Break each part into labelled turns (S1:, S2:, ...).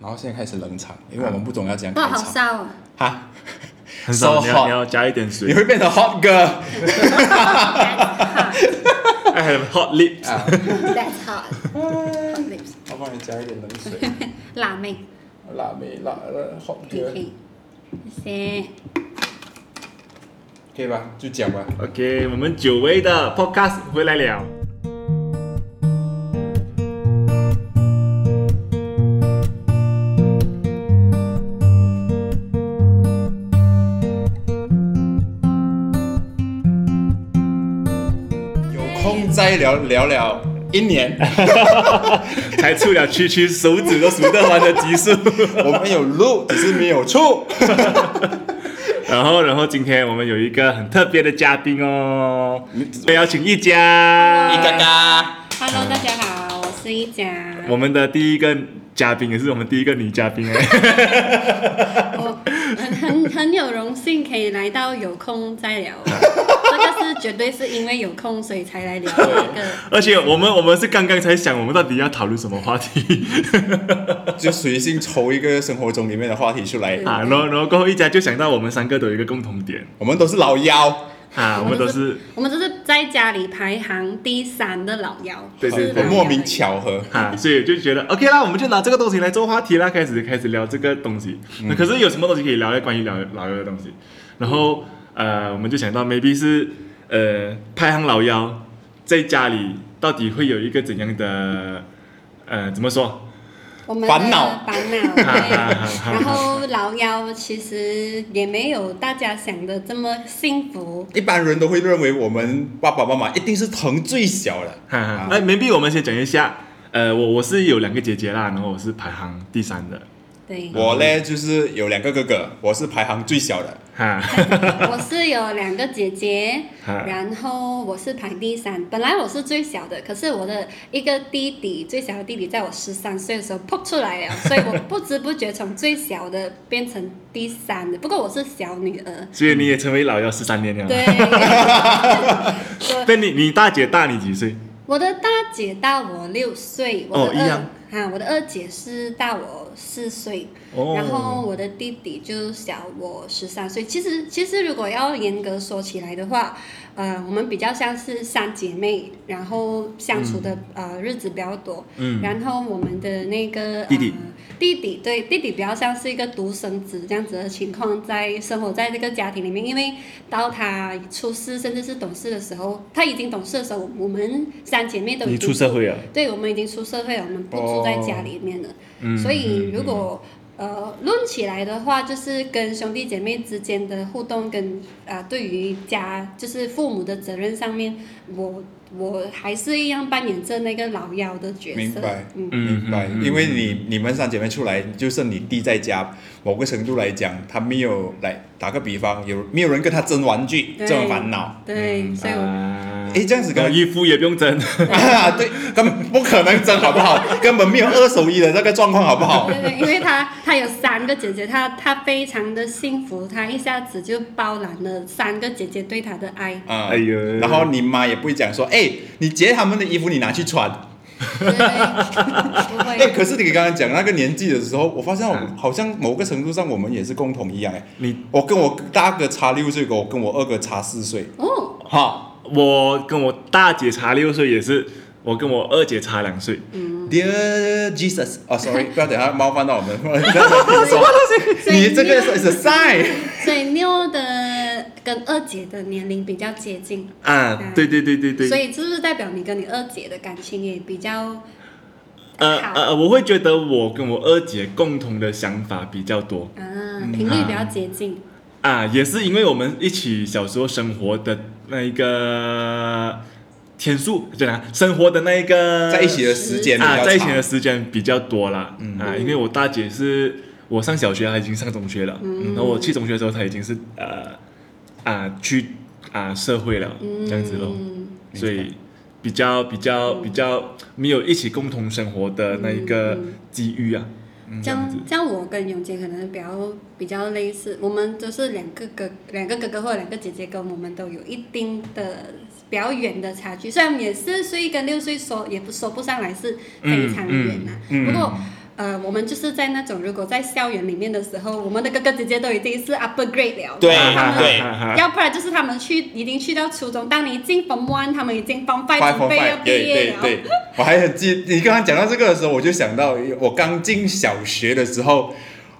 S1: 然后现在开始冷场，因为我们不懂要怎样开
S2: 哇，好
S1: 场。
S2: 骚哦！
S1: 哈，
S3: 很少，
S1: So
S3: 你要
S1: hot
S3: 你要加一点
S1: 你
S3: 水，
S1: 会变成 hot girl。
S3: 哎，还有 hot lips，
S1: 啊
S2: That's hot. Hot lips.
S1: 我帮你加一点冷水，
S2: 辣妹
S1: 辣妹辣呃 hot girl，
S2: PK。谢谢。
S1: 可以吧？就讲吧。
S3: OK，我们久违的 Podcast 回来了。
S1: 有空再聊聊聊一年，
S3: 才出了区区手指都数得完的集数。
S1: 我们有录，只是没有处。
S3: 然后，然后今天我们有一个很特别的嘉宾哦，被邀请一家，
S1: 一嘎嘎，
S2: Hello，大家好，我是一佳。
S3: 我们的第一个嘉宾也是我们第一个女嘉 宾哎，
S2: 我很很很有荣幸可以来到有空再聊，这个是绝对是因为有空所以才来聊这个。
S3: 而且我们我们是刚刚才想我们到底要讨论什么话题
S1: 就随性抽一个生活中里面的话题出来。
S3: 啊，然后然后过后一家就想到我们三个都有一个共同点
S1: 我们都是老妖，
S3: 啊，我们都是
S2: 我们这是在家里排行第三的老妖，
S3: 对对
S2: 是
S1: 我
S3: 对
S2: 老
S1: 莫
S2: 幺
S1: 名巧合。
S3: 啊，所以就觉得 OK 啦，我们就拿这个东西来做话题啦，开始开始聊这个东西。
S2: 嗯
S3: 那可是有什么东西可以聊呢？关于聊老妖的东西，然后呃，我们就想到 maybe 是呃排行老妖在家里到底会有一个怎样的呃怎么说？
S2: 我们的
S1: 烦恼
S2: 烦 恼。对然后老妖其实也没有大家想的这么幸福，
S1: 一般人都会认为我们爸爸妈妈一定是疼最小的。
S3: 哈哈，
S1: 啊
S3: 那 maybe 我们先讲一下，呃，我我是有两个姐姐啦，然后我是排行第三的，
S2: 对。
S1: 我嘞就是有两个哥哥，我是排行最小的。
S3: 哈，
S2: 我是有两个姐姐，
S3: 哈
S2: 然后我是排第三。本来我是最小的，可是我的一个弟弟，最小的弟弟，在我十三岁的时候扑出来了，所以我不知不觉从最小的变成第三的。不过我是小女儿，
S3: 所以你也成为老妖十三年了。
S2: 对。
S3: 但你你大姐大你几岁？
S2: 我的大姐大我六岁，我
S3: 哦
S2: 的
S3: 一
S2: 二
S3: 样
S2: 啊，我的二姐是大我四岁，
S3: 哦
S2: 然后我的弟弟就小我十三岁。其实其实如果要严格说起来的话，呃，我们比较像是三姐妹，然后相处的、呃日子比较多，
S3: 嗯
S2: 然后我们的那个
S3: 弟弟
S2: 呃弟弟对弟弟比较像是一个独生子这样子的情况，在生活在这个家庭里面，因为到他出世甚至是懂事的时候，他已经懂事的时候，我们三姐妹都已
S3: 你
S2: 经
S3: 出社会了。
S2: 对，我们已经出社会了，我们不住在家里面了。
S3: 嗯
S2: 所以如果、呃论起来的话，就是跟兄弟姐妹之间的互动跟啊、对于家就是父母的责任上面，我我还是一样扮演着那个老幺的角色。
S1: 明白
S2: 嗯，
S1: 明白，因为你你们三姐妹出来，就剩你弟在家。某个程度来讲，他没有来打个比方，有没有人跟他争玩具，
S2: 对
S1: 这么烦恼？
S2: 对，所以我
S3: 啊
S1: 诶这样子跟
S3: 跟衣服也不用 争，
S1: 啊，对，根本不可能争，好不好？根本没有二手衣的这个状况，好不好？
S2: 对对，因为她她有三个姐姐，她她非常的幸福，她一下子就包揽了三个姐姐对她的爱。
S1: 啊，
S3: 哎呦
S1: 然后你妈也不会讲说，哎，你截他们的衣服，你拿去穿。
S2: 对，不
S1: 哎、
S2: 会。
S1: 可是你刚刚讲那个年纪的时候，我发现我好像某个程度上我们也是共同一样哎、
S3: 你
S1: 我跟我大哥差六岁，跟我跟我二哥差四岁，
S2: 哦，
S1: 哈，
S3: 我跟我大姐差六岁，也是我跟我二姐差两岁。
S2: 嗯
S1: Dear Jesus，啊、s o r r y 不要等下冒犯到我们。 你这个是 is a sign。
S2: 所以妞的跟二姐的年龄比较接近，
S3: 啊，对对对对
S2: 所
S3: 对，
S2: 以是不是代表你跟你二姐的感情也比较啊
S3: 呃
S2: 好
S3: 呃，我会觉得我跟我二姐共同的想法比较多
S2: 啊频率比较接近？
S3: 嗯啊，也是因为我们一起小时候生活的那一个天数，对啊，生活的那一
S2: 呃
S3: 个
S1: 在一起的时间比较
S3: 啊，
S1: 长。
S3: 在一起的时间比较多啦。啊，因为我大姐是我上小学，她已经上中学了，然后我去中学的时候，她已经是呃啊去啊社会了，这样子咯，
S2: 嗯，
S3: 所以比较比较比较没有一起共同生活的那一个机遇
S2: 这
S3: 啊。这样子
S2: 样这样我跟永杰可能比较比较类似，我们都是两个哥两个哥哥或者两个姐姐跟我们都有一定的比较远的差
S3: 嗯
S2: 距，虽然也是四岁跟六岁说也不说不上来是非常远啊，不过。呃，我们就是在那种如果在校园里面的时候，我们的哥哥姐姐都已经是 upper grade 了，
S1: 对
S3: 嗯
S2: 他
S3: 啊
S2: 们
S1: 对
S2: 要不然就是他们去已经去到初中，当你进 form one，他们已经 form
S1: Five
S2: five 准
S1: for
S2: 备要
S1: five，
S2: 毕
S1: 对
S2: 业
S1: 对
S2: 了。
S1: 对，我还很记，你刚刚讲到这个的时候，我就想到我刚进小学的时候，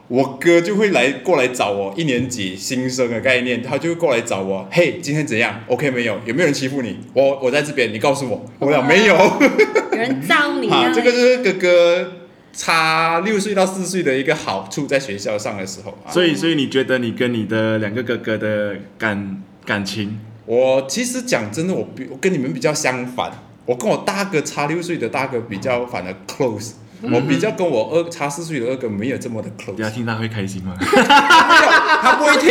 S1: 我哥就会来过来找我，一年级新生的概念，他就会过来找我，嘿，今天怎样？OK 没有？有没有人欺负你？我我在这边，你告诉我。我讲没有，
S2: 有人招你
S1: 啊
S2: 啊，，
S1: 这个就是哥哥差六岁到四岁的一个好处，在学校上的时候啊。
S3: 所以，所以你觉得你跟你的两个哥哥的感感情，
S1: 我其实讲真的，我比我跟你们比较相反，我跟我大哥差六岁的大哥比较反而 close，、我比较跟我二差四岁的二哥没有这么的
S3: 你要
S1: close，
S3: 听他会开心吗？
S1: 他不会听，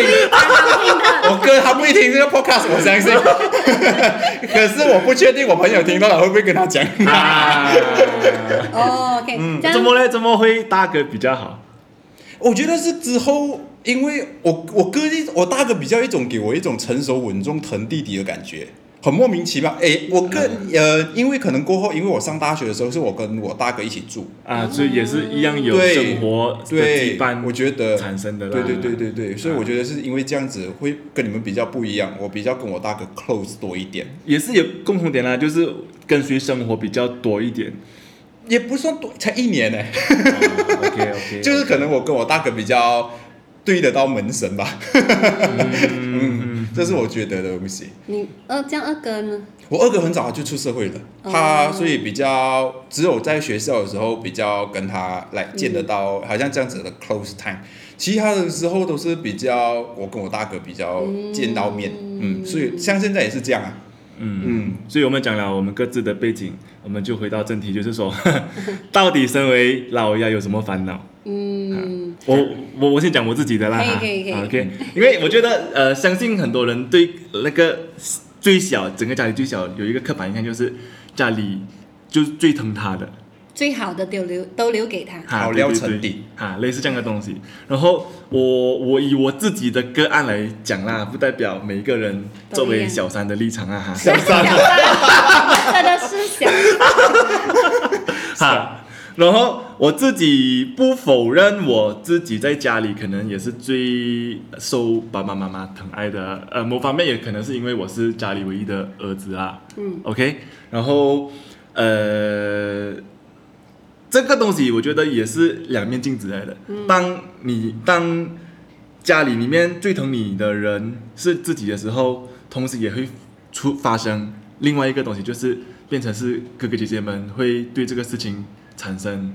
S1: 我哥他不会听这个 podcast，我相信， 可是我不确定我朋友听到了会不会跟他讲，
S3: 啊，
S2: 哦，OK，
S3: 嗯，
S2: 这
S3: 怎
S2: 样
S3: 么嘞？怎么会大哥比较好？
S1: 我觉得是之后。因为我我哥一我大哥比较一种给我一种成熟稳重疼弟弟的感觉，很莫名其妙。诶，我跟
S3: 嗯
S1: 呃，因为可能过后，因为我上大学的时候是我跟我大哥一起住，
S3: 啊，所以也是一样有
S1: 对
S3: 生活的羁
S1: 对
S3: 绊，，
S1: 我觉得
S3: 产生的啦。
S1: 对对对对对，所以我觉得是因为这样子会跟你们比较不一样，我比较跟我大哥 close 多一点，
S3: 也是有共同点啦，就是跟随生活比较多一点。
S1: 也不算多，才一年呢、
S3: 啊 OK OK，
S1: 就是可能我跟我大哥比较对得到门神吧，
S3: 嗯，
S1: 这是我觉得的东西。
S2: 你二这样二哥呢？
S1: 我二哥很早就出社会了，他所以比较只有在学校的时候比较跟他来见得到，好像这样子的 close time，其他的时候都是比较我跟我大哥比较见到面，嗯，所以像现在也是这样啊，
S3: 嗯
S1: 嗯。
S3: 所以我们讲了我们各自的背景，我们就回到正题，就是说， 到底身为老鸭有什么烦恼？
S2: 嗯，
S3: 我我我先讲我自己的
S2: 可
S3: 啦，
S2: 以可以可以
S3: 啊 OK，因为我觉得呃，相信很多人对那个最小整个家里最小有一个刻板印象，就是家里就是最疼他的，
S2: 最好的都留都留给他。
S3: 哈
S1: 好
S3: 啊对
S1: 料
S3: 对
S1: 成
S3: 对
S1: 底
S3: 哈，类似这样的东西。然后我我以我自己的个案来讲啦，不代表每一个人
S2: 都
S3: 作
S2: 一样
S3: 为小三的立场啊 哈。
S1: 小三
S2: 小三真的是小
S3: 哈。然后我自己不否认，我自己在家里可能也是最受爸爸妈妈疼爱的，呃，某方面也可能是因为我是家里唯一的儿子啊。
S2: 嗯
S3: ，OK，然后呃，这个东西我觉得也是两面镜子来的。当你当家里里面最疼你的人是自己的时候，同时也会出发生另外一个东西，就是变成是哥哥姐姐们会对这个事情产生，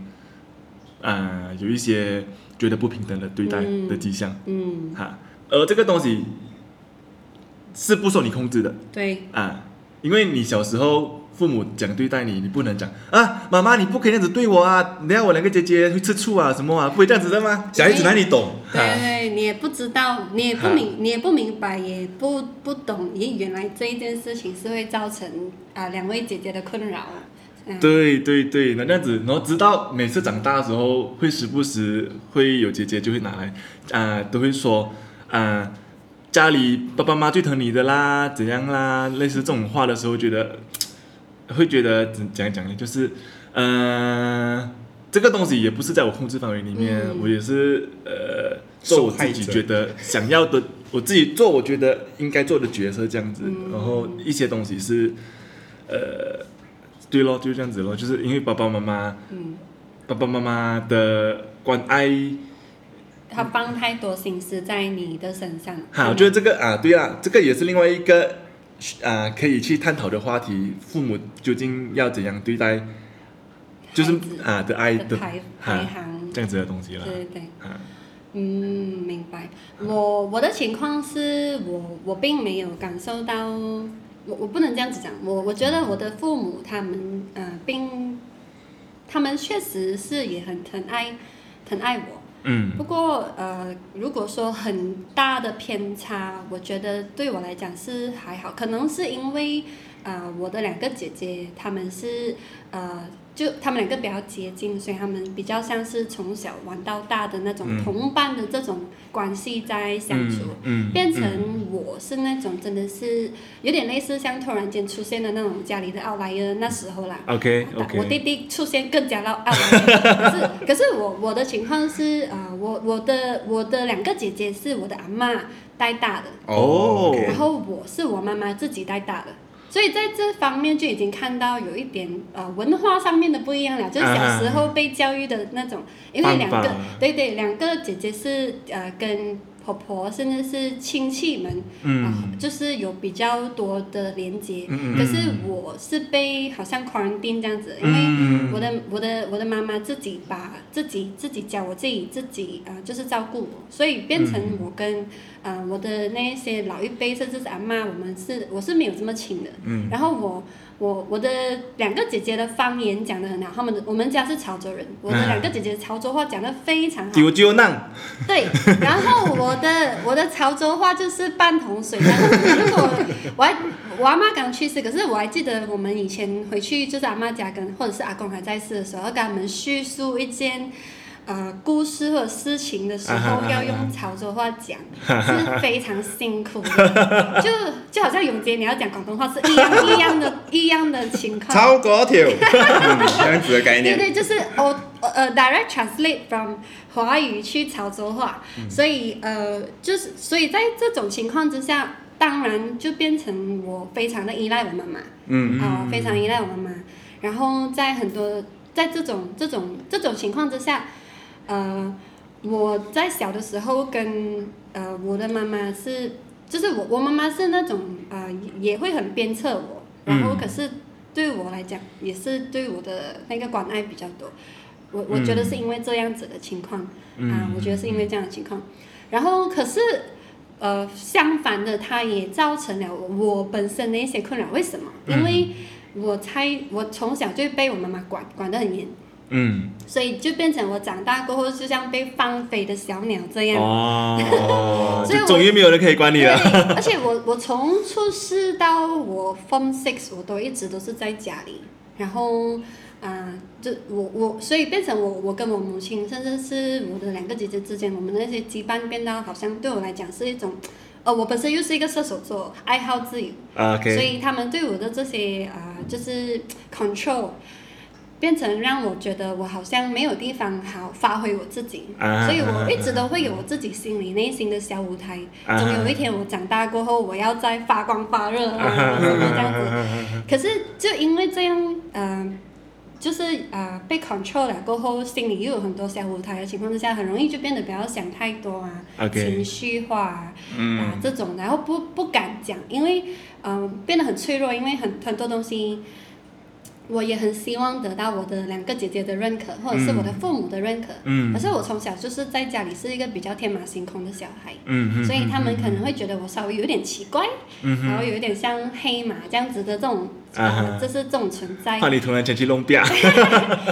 S3: 呃，有一些觉得不平等的对待
S2: 嗯
S3: 的迹象，
S2: 嗯，
S3: 哈、而这个东西是不受你控制的，
S2: 对，
S3: 啊，因为你小时候父母讲对待你，你不能讲啊，妈妈你不可以这样子对我啊，等下我两个姐姐会吃醋啊什么啊，不会这样子的吗？
S1: 小孩子哪里懂？
S3: 啊
S2: 对对，你也不知道，你也不明，你也不明白，也不不懂，也原来这一件事情是会造成啊两位姐姐的困扰。嗯，
S3: 对对对，那这样子，然后直到每次长大的时候，会时不时会有姐姐就会拿来，啊、都会说，啊、家里爸爸妈妈最疼你的啦，怎样啦，类似这种话的时候，觉得，会觉得怎讲讲呢，就是，呃，这个东西也不是在我控制范围里面，
S2: 嗯
S3: 我也是呃，做我自己
S1: 受害者
S3: 觉得想要的，我自己做我觉得应该做的角色这样子，
S2: 嗯
S3: 然后一些东西是，呃。对咯，就是这样子咯，就是因为爸爸妈妈，
S2: 嗯，
S3: 爸爸妈妈的关爱，
S2: 他放太多心思在你的身上。
S3: 哈，我觉得这个啊，对啦，这个也是另外一个啊可以去探讨的话题，父母究竟要怎样对待，就是嗯
S2: 孩子
S3: 啊的爱
S2: 的呃
S3: 的
S2: 排排
S3: 哈
S2: 行，
S3: 这样子的东西啦
S2: 对，对对。
S3: 啊，
S2: 嗯，明白。我我的情况是我我并没有感受到，我我不能这样子讲。我我觉得我的父母他们呃，并他们确实是也很疼爱疼爱我，
S3: 嗯
S2: 不过呃，如果说很大的偏差，我觉得对我来讲是还好，可能是因为呃我的两个姐姐她们是呃就他们两个比较接近，所以他们比较像是从小玩到大的那种同伴的这种关系在相处。
S3: 嗯，嗯
S2: 变成
S3: 嗯
S2: 我是那种真的是有点类似像突然间出现的那种家里的奥莱尔那时候啦，
S3: OK
S2: 我
S3: OK，
S2: 弟弟出现更加闹啊！可是可是我我的情况是啊、呃我我的我的两个姐姐是我的阿妈带大的，
S3: 哦
S1: ，OK
S2: 然后我是我妈妈自己带大的，所以在这方面就已经看到有一点呃文化上面的不一样了，就是小时候被教育的那种，因为两
S3: 方
S2: 个
S3: 法
S2: 对对两个姐姐是呃跟婆婆甚至是亲戚们啊
S3: 嗯，
S2: 就是有比较多的连接。
S3: 嗯嗯
S2: 可是我是被好像 quarantine 这样子，因为
S3: 嗯
S2: 我的我的我的妈妈自己把自己自己教我自己自己啊、呃就是照顾我，所以变成我
S3: 嗯
S2: 跟啊、呃我的那些老一辈甚至是阿妈，我们是我是没有这么亲的。
S3: 嗯
S2: 然后我我我的两个姐姐的方言讲的很好，他们的我们家是潮州人，我的
S3: 嗯
S2: 两个姐姐潮州话讲的非常好。
S3: 丢丢浪，
S2: 对，然后我的我的潮州话就是半桶水。但是如果我还我阿妈刚去世，可是我还记得我们以前回去就是阿妈家跟或者是阿公还在世的时候，要跟他们叙述一件。呃，故事或者事情的时
S3: 啊哈啊
S2: 候
S3: 哈
S2: 要用潮州话讲，是非常辛苦的。就就好像永杰你要讲广东话是一样一样的一样的 情况。
S1: 超高条，嗯这样子的概
S2: 对
S1: 念。
S2: 对，就是我呃 direct translate from 华语去潮州话，所以呃就是所以在这种情况之下，当然就变成我非常的依赖我妈妈
S1: 嗯，
S2: 啊、非常依赖我妈妈。然后在很多在这种这种这种情况之下，呃，我在小的时候跟呃我的妈妈是，就是我我妈妈是那种呃也会很鞭策我，然后
S3: 嗯
S2: 可是对我来讲也是对我的那个关爱比较多。我我觉得是因为这样子的情况，啊，我觉得是因为这样的情况。然后可是，呃，相反的，它也造成了我我本身的一些困扰。为什么？因为我猜我从小就被我妈妈管管得很严，
S3: 嗯，
S2: 所以就变成我长大过后就像被放飞的小鸟这样。
S3: 哦，
S2: 所以
S3: 就
S2: 我
S3: 终于没有人可以管你
S2: 对
S3: 了。，
S2: 而且我我从出世到我 Form Six，我都一直都是在家里，然后啊、就我我所以变成我我跟我母亲，甚至是我的两个姐姐之间，我们那些羁绊变到好像对我来讲是一种，呃，我本身又是一个射手座，爱好自由，
S3: 啊
S2: 所
S3: OK，
S2: 以他们对我的这些啊、就是 control，变成让我觉得我好像没有地方好发挥我自己，
S3: 啊
S2: 所以我一直都会有我自己心里内心的小舞台。
S3: 啊
S2: 总有一天我长大过后，我要再发光发热啊，什么这样子。
S3: 嗯
S2: 可是就因为这样，嗯、就是啊、呃被 control 了过后，心里又有很多小舞台的情况之下，很容易就变得不要想太多啊
S3: OK 嗯
S2: 情绪化啊、啊这种，然后不不敢讲，因为嗯、呃变得很脆弱，因为很很多东西。我也很希望得到我的两个姐姐的认可，或者是我的父母的认可。
S3: 嗯
S2: 可是我从小就是在家里是一个比较天马行空的小孩，
S3: 嗯嗯，
S2: 所以他们可能会觉得我稍微有点奇怪，
S3: 嗯
S2: 然后有一点像黑马这样子的这种，
S3: 啊哈
S2: 呃，就是这种存在。
S3: 怕你突然前去弄 啪，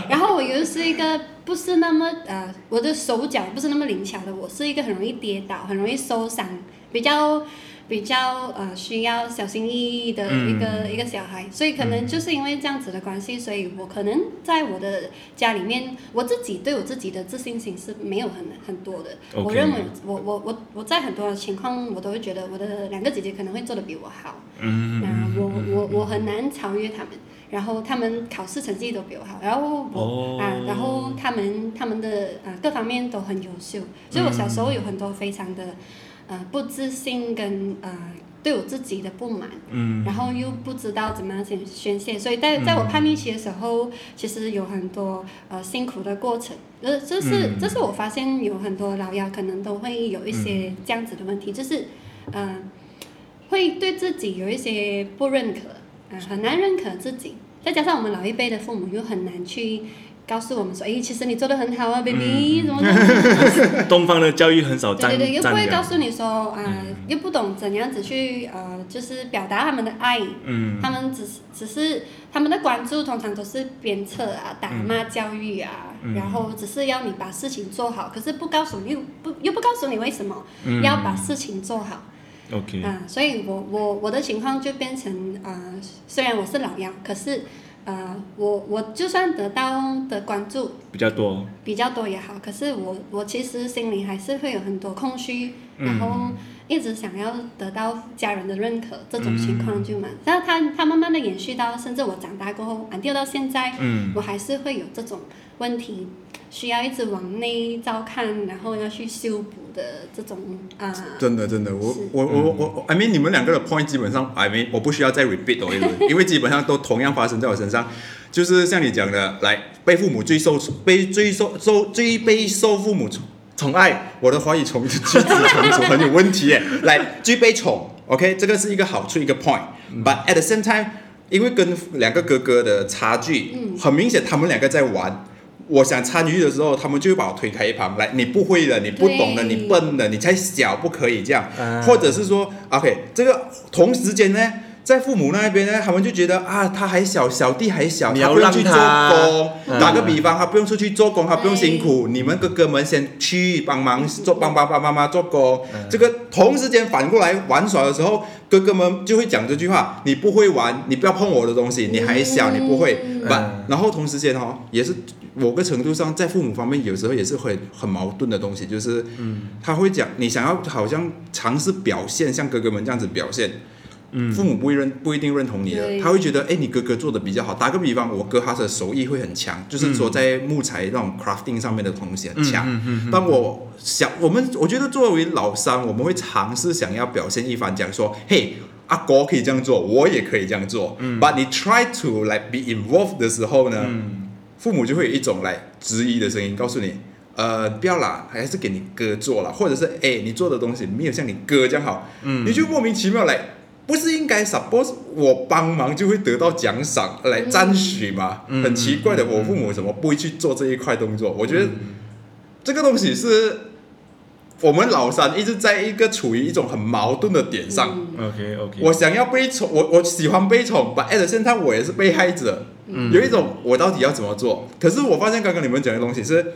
S2: 然后我又是一个不是那么呃，我的手脚不是那么灵巧的，我是一个很容易跌倒、很容易受伤，比较比较呃需要小心翼翼的一个、一个小孩，所以可能就是因为这样子的关系，所以我可能在我的家里面，我自己对我自己的自信心是没有很很多的。
S3: OK
S2: 我认为我我我我在很多的情况，我都会觉得我的两个姐姐可能会做的比我好。
S3: 嗯
S2: 那我我我很难超越他们，然后他们考试成绩都比我好，然后我、
S3: 哦
S2: 啊，然后他们他们的啊各方面都很优秀，所以我小时
S3: 嗯
S2: 候有很多非常的呃不自信跟呃对我自己的不满，
S3: 嗯
S2: 然后又不知道怎么样宣宣泄，所以在在我叛逆期的时候，其实有很多呃辛苦的过程。呃，这是、这是我发现有很多老妖可能都会有一些这样子的问题，就是呃会对自己有一些不认可，呃很难认可自己，再加上我们老一辈的父母又很难去。告诉我们说，诶，其实你做的很好啊，baby，、怎么怎么怎么
S3: 东方的教育很少
S2: 对
S3: 沾
S2: 对对，又不
S3: 沾
S2: 会告
S3: 染，
S2: 诉你说啊、呃又不懂怎样子去呃，就是表达他们的爱，
S3: 嗯
S2: 他们只是只是他们的关注通常都是鞭策啊、打骂、教育啊，然后只是要你把事情做好，可是不告诉你又不又不告诉你为什么、
S3: 嗯
S2: 要把事情做好。
S3: ，OK，
S2: 啊，所以我我我的情况就变成啊、呃虽然我是老幺，可是呃，我我就算得到的关注
S3: 比较多，
S2: 比较多也好，可是我我其实心里还是会有很多空虚，
S3: 嗯
S2: 然后一直想要得到家人的认可，这种情况就
S3: 嗯
S2: 蛮，然后他他慢慢的延续到，甚至我长大过后，啊安掉到现在，
S3: 嗯
S2: 我还是会有这种问题，需要一直往内照看，然后要去修补的这种啊。
S1: 真的真的，我
S2: 是
S1: 我我我我，I mean 你们两个的 point 基本上，I mean 我不需要再 repeat 多一轮，因为基本上都同样发生在我身上。就是像你讲的，来被父母最受被最受受最被受父母宠宠爱，我的华语 重句子重组很有问题耶。来最被宠，OK，这个是一个好处一个 point，but at the same time，因为跟两个哥哥的差距，很明显他们两个在玩。我想参与的时候，他们就会把我推开一旁来。你不会的，你不懂的，
S2: 对
S1: 你笨的，你才小，不可以这样。
S3: 啊
S1: 或者是说，OK，这个同时间呢，在父母那边呢，他们就觉得啊，他还小，小弟还小，
S3: 你
S1: 他
S3: 要
S1: 不用去
S3: 让
S1: 做
S3: 他
S1: 工。
S3: 嗯
S1: 打个比方，他不用出去做工，他不用
S2: 对
S1: 辛苦，你们哥哥们先去帮忙做，帮爸爸妈妈做工。这个同时间反过来玩耍的时候，哥哥们就会讲这句话：你不会玩，你不要碰我的东西，你还小，你不会。
S2: 嗯
S1: 把、然后同时间哦，也是某个程度上，在父母方面有时候也是很很矛盾的东西，就是，他会讲你想要好像尝试表现像哥哥们这样子表现，
S3: 嗯
S1: 父母不会认不一定认同你的，
S2: 对
S1: 他会觉得哎你哥哥做的比较好。打个比方，我哥他的手艺会很强，就是说在木材那种 crafting 上面的东西很强。
S3: 嗯嗯嗯
S1: 当我想，我们我觉得作为老三，我们会尝试想要表现一番，讲说，嘿，阿哥可以这样做，我也可以这样做。But 你 try to like be involved 的时候呢，
S3: 嗯
S1: 父母就会有一种来质疑的声音，告诉你，呃，不要啦，还是给你哥做啦，或者是哎，你做的东西没有像你哥这样好，
S3: 嗯
S1: 你就莫名其妙来，不是应该 suppose 我帮忙就会得到奖赏来赞许吗？
S3: 嗯
S1: 很奇怪的，我父母怎么不会去做这一块动作？我觉得
S3: 嗯
S1: 这个东西是我们老三一直在一个处于一种很矛盾的点上。
S2: 嗯
S3: OK OK，
S1: 我想要被宠，我我喜欢被宠，把 at the same time 我也是被害者，
S3: 嗯
S1: 有一种我到底要怎么做？可是我发现刚刚你们讲的东西是，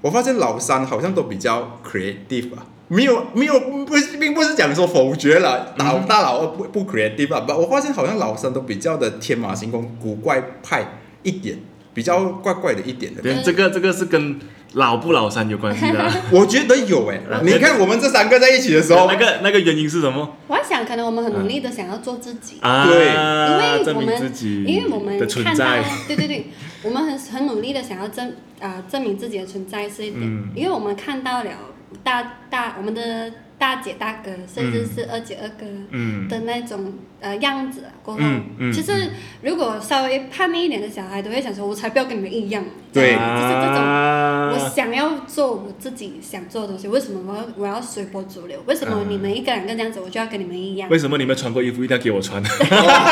S1: 我发现老三好像都比较 creative 啊，没有没有不是并不是讲说否决了
S3: 嗯
S1: 老大老二不不 creative 啊，but 我发现好像老三都比较的天马行空、古怪派一点，比较怪怪的一点的。
S3: 对这个这个是跟老不老三有关 系的啊。
S1: 我觉得有哎、
S3: 啊
S1: 你看我们这三个在一起的时候
S3: 那，个那个原因是什么？
S2: 我在想，可能我们很努
S3: 嗯
S2: 力的想要做自己，
S3: 啊，
S1: 对
S2: 因为我
S3: 证明
S2: 们
S3: 自己，
S2: 因为我们
S3: 的存
S2: 看到
S3: 在，，
S2: 对对对，我们很很努力的想要证啊、证明自己的存在是一点，
S3: 嗯
S2: 因为我们看到了大大我们的大姐大哥，甚至是二姐二哥。
S3: 嗯
S2: 的那种呃样子过后，
S3: 嗯嗯
S2: 其实如果稍微叛逆一点的小孩都会想说，我才不要跟你们一样，
S1: 对
S2: 这样就是这种我
S3: 啊
S2: 想要做我自己想做的东西，为什么我要我要随波逐流？为什
S3: 啊
S2: 么你们一个两个这样子，我就要跟你们一样？
S3: 为什么你们穿过衣服一定要给我穿？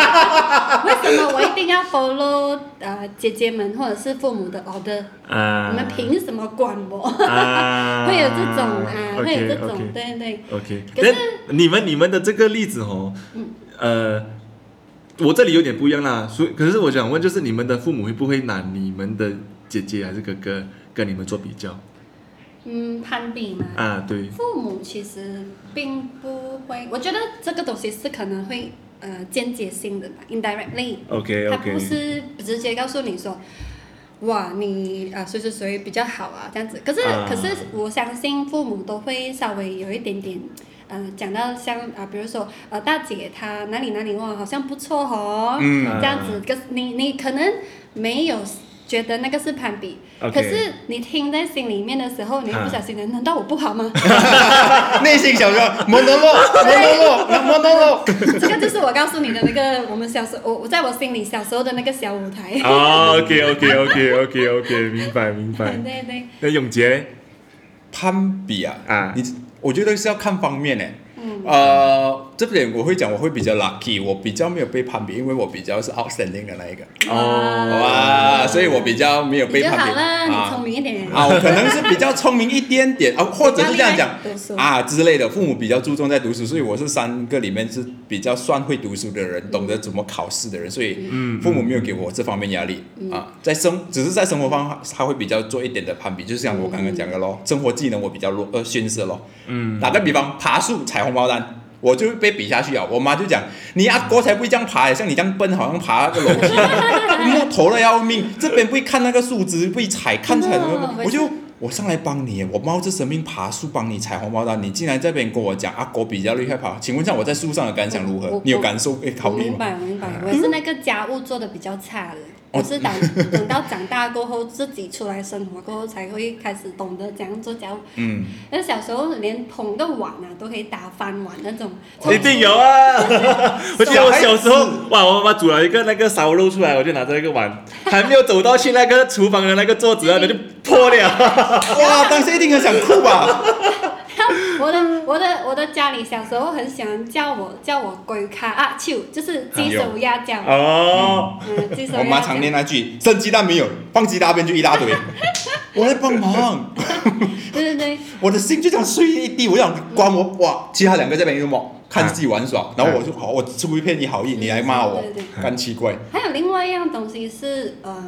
S2: 为什么我一定要 follow 呃姐姐们或者是父母的 order？、
S3: 啊，
S2: 你们凭什么管我？
S3: 啊，
S2: 会有这种啊，会有这
S3: o
S2: 种
S3: k
S2: 对对
S3: OK，
S2: 可是
S3: 但你们你们的这个例子哦，呃，我这里有点不一样啦，所以可是我想问，就是你们的父母会不会拿你们的姐姐还是哥哥跟你们做比较
S2: 嗯，攀比嘛。
S3: 啊？对，
S2: 父母其实并不会，我觉得这个东西是可能会呃间接性的吧，indirectly。
S3: OK
S2: 他
S3: OK，
S2: 不是直接告诉你说，哇，你啊谁谁谁比较好啊这样子。可是、
S3: 啊
S2: 可是我相信父母都会稍微有一点点，呃，讲到像啊、比如说呃大姐她哪里哪里哇好像不错哦，
S1: 嗯
S2: 这样
S3: 啊
S2: 子，可是你你可能没有。觉得那个是攀比
S3: OK 啊
S2: 可是你听在心里面的时候，你会不小心的，难道我不好 吗？
S1: 内心想说 monologue，monologue，monologue。
S2: 这个就是我告诉你的那个，我们小时候，我我在我心里小时候的那个小舞台。
S3: 啊，OK OK OK OK OK，明白明
S2: 对
S3: 白。
S2: 对对，
S3: 那永杰
S1: 攀比啊，
S3: 啊
S1: 你我觉得是要看方面诶。
S2: 嗯。
S1: 呃，这点我会讲，我会比较 lucky，我比较没有被攀比，因为我比较是 outstanding 的那一个，
S3: 哦
S1: 哇，所以我比较没有
S2: 啊你
S1: 被
S2: 就
S1: 攀
S2: 好
S1: 比
S2: 了，你
S1: 啊
S2: 聪明一点。
S1: 啊，我可能是比较聪明一点点啊，或者是这样讲
S2: 比较厉害读书
S1: 啊之类的，父母比较注重在读书，所以我是三个里面是比较算会读书的人，懂得怎么考试的人，所以
S3: 嗯
S1: 父母没有给我这方面压力、
S2: 嗯
S1: 啊，在生只是在生活方他会比较做一点的攀比，就是像我
S2: 嗯
S1: 刚刚讲的咯，生活技能我比较弱，呃，逊色咯。
S3: 嗯
S1: 打个比方，爬树踩红包单，我就被比下去啊！我妈就讲：“你阿哥才不会这样爬，像你这样笨，好像爬那个楼梯，木头的要命。这边不会看那个树枝，不会踩，看踩什么
S2: 真？”的
S1: 我就我上来帮你，我冒着生命爬树帮你踩红包单，你竟然这边跟我讲阿哥比较厉害爬，请问一下我在树上的感想如
S2: 我
S1: 何
S2: 我？
S1: 你有感受被
S2: 我
S1: 考虑
S2: 明
S1: 吗？
S2: 白，我明白，
S1: 啊
S2: 我是那个家务做的比较差的。
S1: 哦
S2: 我是等等到长大过后，自己出来生活过后，才会开始懂得怎样做家务。
S1: 嗯，
S2: 那小时候连捧个碗啊都可以打翻碗那种，
S3: 一定有啊！我记得我小时候，哇，我妈妈煮了一个那个烧肉出来，我就拿着一个碗，还没有走到去那个厨房的那个桌子啊，那就破了。
S1: 哇，当时一定很想哭 吧？
S2: 我的 我的我的家里小时候很喜欢叫我叫我龟卡啊秋，就是鸡手鸭脚，
S3: 哦，
S2: 嗯，鸡手鸭脚。
S1: 哎我妈常念那句：生鸡蛋没有，放鸡大便就一大堆。我来帮忙，
S2: 对对对，
S1: 我的心就想碎一地，我想关我哇，其他两个在那边
S3: 嗯
S1: 么看自己玩耍，然后我就好，我出一片你好意，你来骂我
S2: 对对，
S1: 干奇怪。
S2: 还有另外一样东西是，呃，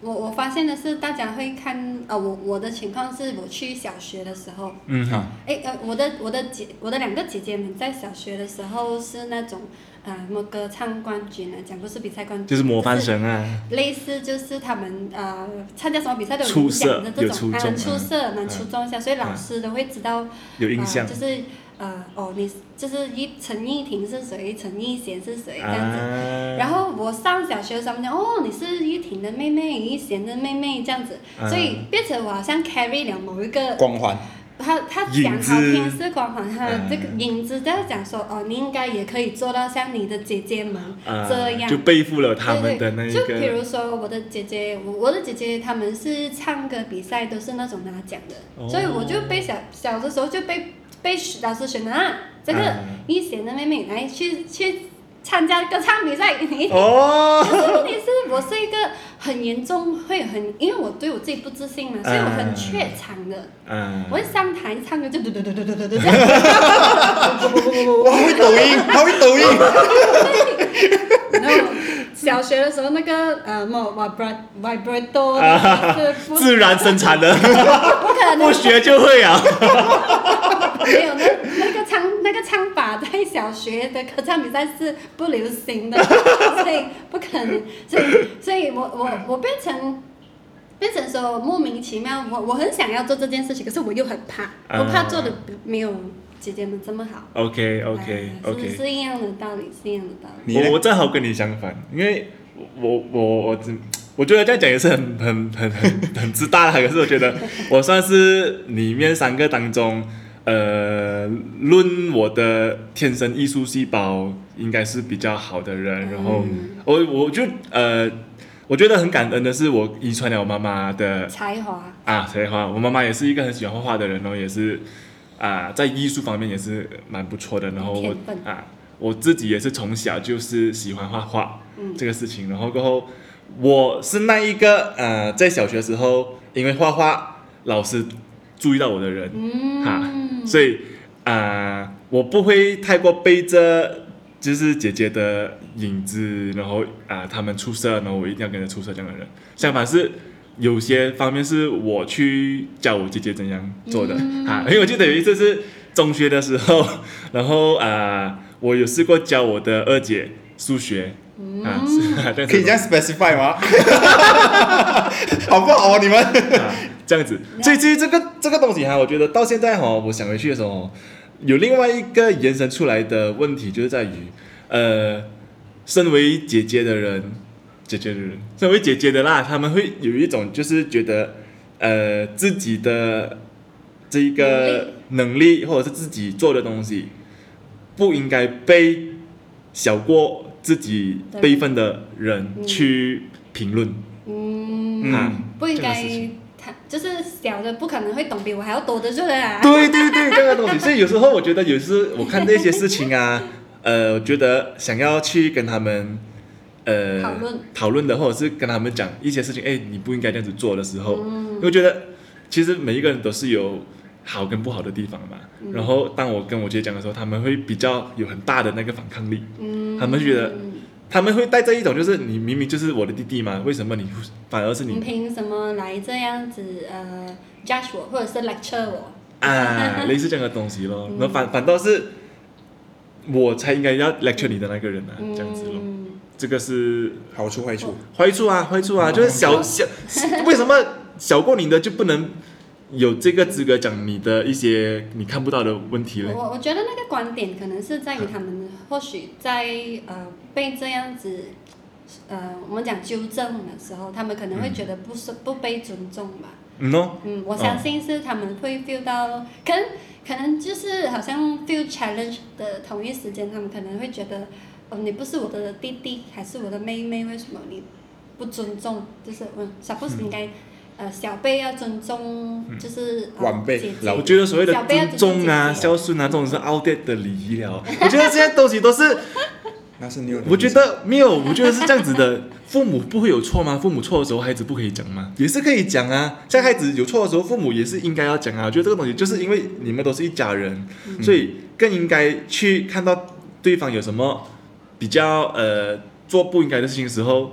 S2: 我我发现的是，大家会看，呃，我我的情况是我去小学的时候，
S3: 嗯
S1: 哈，
S2: 哎呃，我的我的姐，我的两个姐姐们在小学的时候是那种，呃，什么歌唱冠军啊，讲不是比赛冠军，
S3: 就是模范生啊，
S2: 类似就是他们呃参加什么比赛都
S3: 出
S2: 有
S3: 色
S2: 奖的这
S3: 有出
S2: 种，
S3: 众
S2: 啊，出色能
S3: 嗯
S2: 出众一下，所以老师都会知道，
S3: 有印象
S2: 呃、就是呃哦你就是一陈逸婷是谁，陈逸贤是谁这样子。
S3: 啊。
S2: 然后我上小学的时候，他们讲哦，你是玉婷的妹妹，玉贤的妹妹这样子，
S3: 嗯
S2: 所以变成我好像 carry 了某一个，
S1: 光环，
S2: 他他
S3: 影
S2: 讲
S3: 子
S2: 好听是光环哈，
S3: 嗯
S2: 这个影子在讲说哦，你应该也可以做到像你的姐姐们、
S3: 啊
S2: 这样
S3: 就。背负了他们的那一
S2: 对对，就比
S3: 个
S2: 如说我的姐姐，我我的姐姐她们是唱歌比赛都是那种拿奖的，
S3: 哦
S2: 所以我就被小小的时候就被被老师选啊，这个
S3: 嗯
S2: 一贤的妹妹来去去参加歌唱比赛，你
S3: 哦，
S2: 可是问题是我是一个很严重会很，因为我对我自己不自信嘛，所以我很怯场的。
S3: 嗯
S2: 我，一上台唱歌就嘟嘟嘟嘟嘟嘟嘟这样，
S1: 我会抖 音，他会抖音，
S2: 然后小学的时候那个呃，某 vibra vibrato 是不
S3: 自然生产 的，
S2: 不可能
S3: 不学就会啊。
S2: 哦没有那那个唱那个唱法在小学的歌唱比赛是不流行的，所以不可能，所以所以我我我变成变成说莫名其妙，我我很想要做这件事情，可是我又很怕，我怕做的不没有姐姐们这么好。
S3: OK OK
S2: 哎
S3: OK，
S2: 是是一样的道理，是一样的道理。
S1: 你
S3: 我
S1: 呢
S3: 我正好跟你相反，因为我我我只我觉得这样讲也是很很很很很自大啦，可是我觉得我算是里面三个当中，呃，论我的天生艺术细胞应该是比较好的人，然后
S1: 嗯
S3: 我我就呃，我觉得很感恩的是我遗传了我妈妈的
S2: 才华，
S3: 啊，才华。我妈妈也是一个很喜欢画画的人哦，也是啊，在艺术方面也是蛮不错的。然后我
S2: 天分
S3: 啊，我自己也是从小就是喜欢画画
S2: 嗯
S3: 这个事情。然后过后，我是那一个呃，在小学时候因为画画，老师注意到我的人。哈
S2: 嗯，
S3: 所以啊、呃我不会太过背着就是姐姐的影子，然后啊、他们出色，然后我一定要跟着出色这样的人。相反是有些方面是我去教我姐姐怎样做的、
S2: 嗯
S3: 啊，因为我记得有一次是中学的时候， 然后啊、我有试过教我的二姐数学。啊，
S2: 嗯
S3: 是啊这样子
S1: 可以这样 specify 吗？ 好不好哦，你们？
S3: 啊， 这样子。所以至于这个这个东西哈，我觉得到现在哈，我想回去的时候，有另外一个延伸出来的问题，就是在于，呃，身为姐姐的人，姐姐的人，身为姐姐的啦，他们会有一种就是觉得，呃，自己的这一个能力或者是自己做的东西，不应该被小过自己辈分的人
S2: 嗯
S3: 去评论。
S2: 嗯，
S3: 啊
S1: 嗯
S2: 不应
S3: 这个事
S2: 该
S3: 情，
S2: 他就是小的不可能会懂比我还要多的，就是啊。
S3: 对对对，这个东西。所以有时候我觉得，有时我看这些事 情啊，呃，我觉得想要去跟他们呃
S2: 讨论
S3: 讨论的，或者是跟他们讲一些事情，哎，你不应该这样子做的时候，
S2: 嗯
S3: 因为我觉得其实每一个人都是有好跟不好的地方嘛。
S2: 嗯
S3: 然后当我跟我姐讲的时候，他们会比较有很大的那个反抗力。
S2: 嗯，
S3: 他们觉得他们会带着一种，就是你明明就是我的弟弟嘛，为什么你反而是
S2: 你
S3: 你
S2: 凭什么来这样子呃 judge 我， 或者是 lecture 我？嗯
S3: 啊，类似这样的东西咯。那反反倒是我才应该要 lecture 你的那个人啊，
S2: 嗯
S3: 这样子咯。这个是
S1: 好处坏处，
S3: 坏处啊，坏处啊，
S1: 嗯
S3: 就是小小 为什么小过你的就不能有这个资格讲你的一些你看不到的问题嘞？
S2: 我我觉得那个观点可能是在于他们或许在呃被这样子，呃我们讲纠正的时候，他们可能会觉得不是、不被尊重吧。
S3: 嗯哦，
S2: 嗯，我
S3: 嗯
S2: 相信是他们会 feel 到，可能可能就是好像 feel challenge 的同一时间，他们可能会觉得，哦，你不是我的弟弟，还是我的妹妹，为什么你不尊重？就是嗯，suppose 应该，呃，小辈要尊重，就是、呃、
S1: 晚辈
S2: 姐姐
S1: 老
S3: 我觉得所谓的
S2: 小辈要
S3: 尊重啊、
S2: 姐姐
S3: 孝顺啊，这种是 outdated 的礼仪了。我觉得这些东西都是，
S1: 那是你有，
S3: 我觉得没有，我觉得是这样子的。父母不会有错吗？父母错的时候，孩子不可以讲吗？也是可以讲啊。像孩子有错的时候，父母也是应该要讲啊。我觉得这个东西就是因为你们都是一家人，所以更应该去看到对方有什么比较呃做不应该的事情的时候，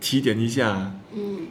S3: 提点一下。
S2: 嗯，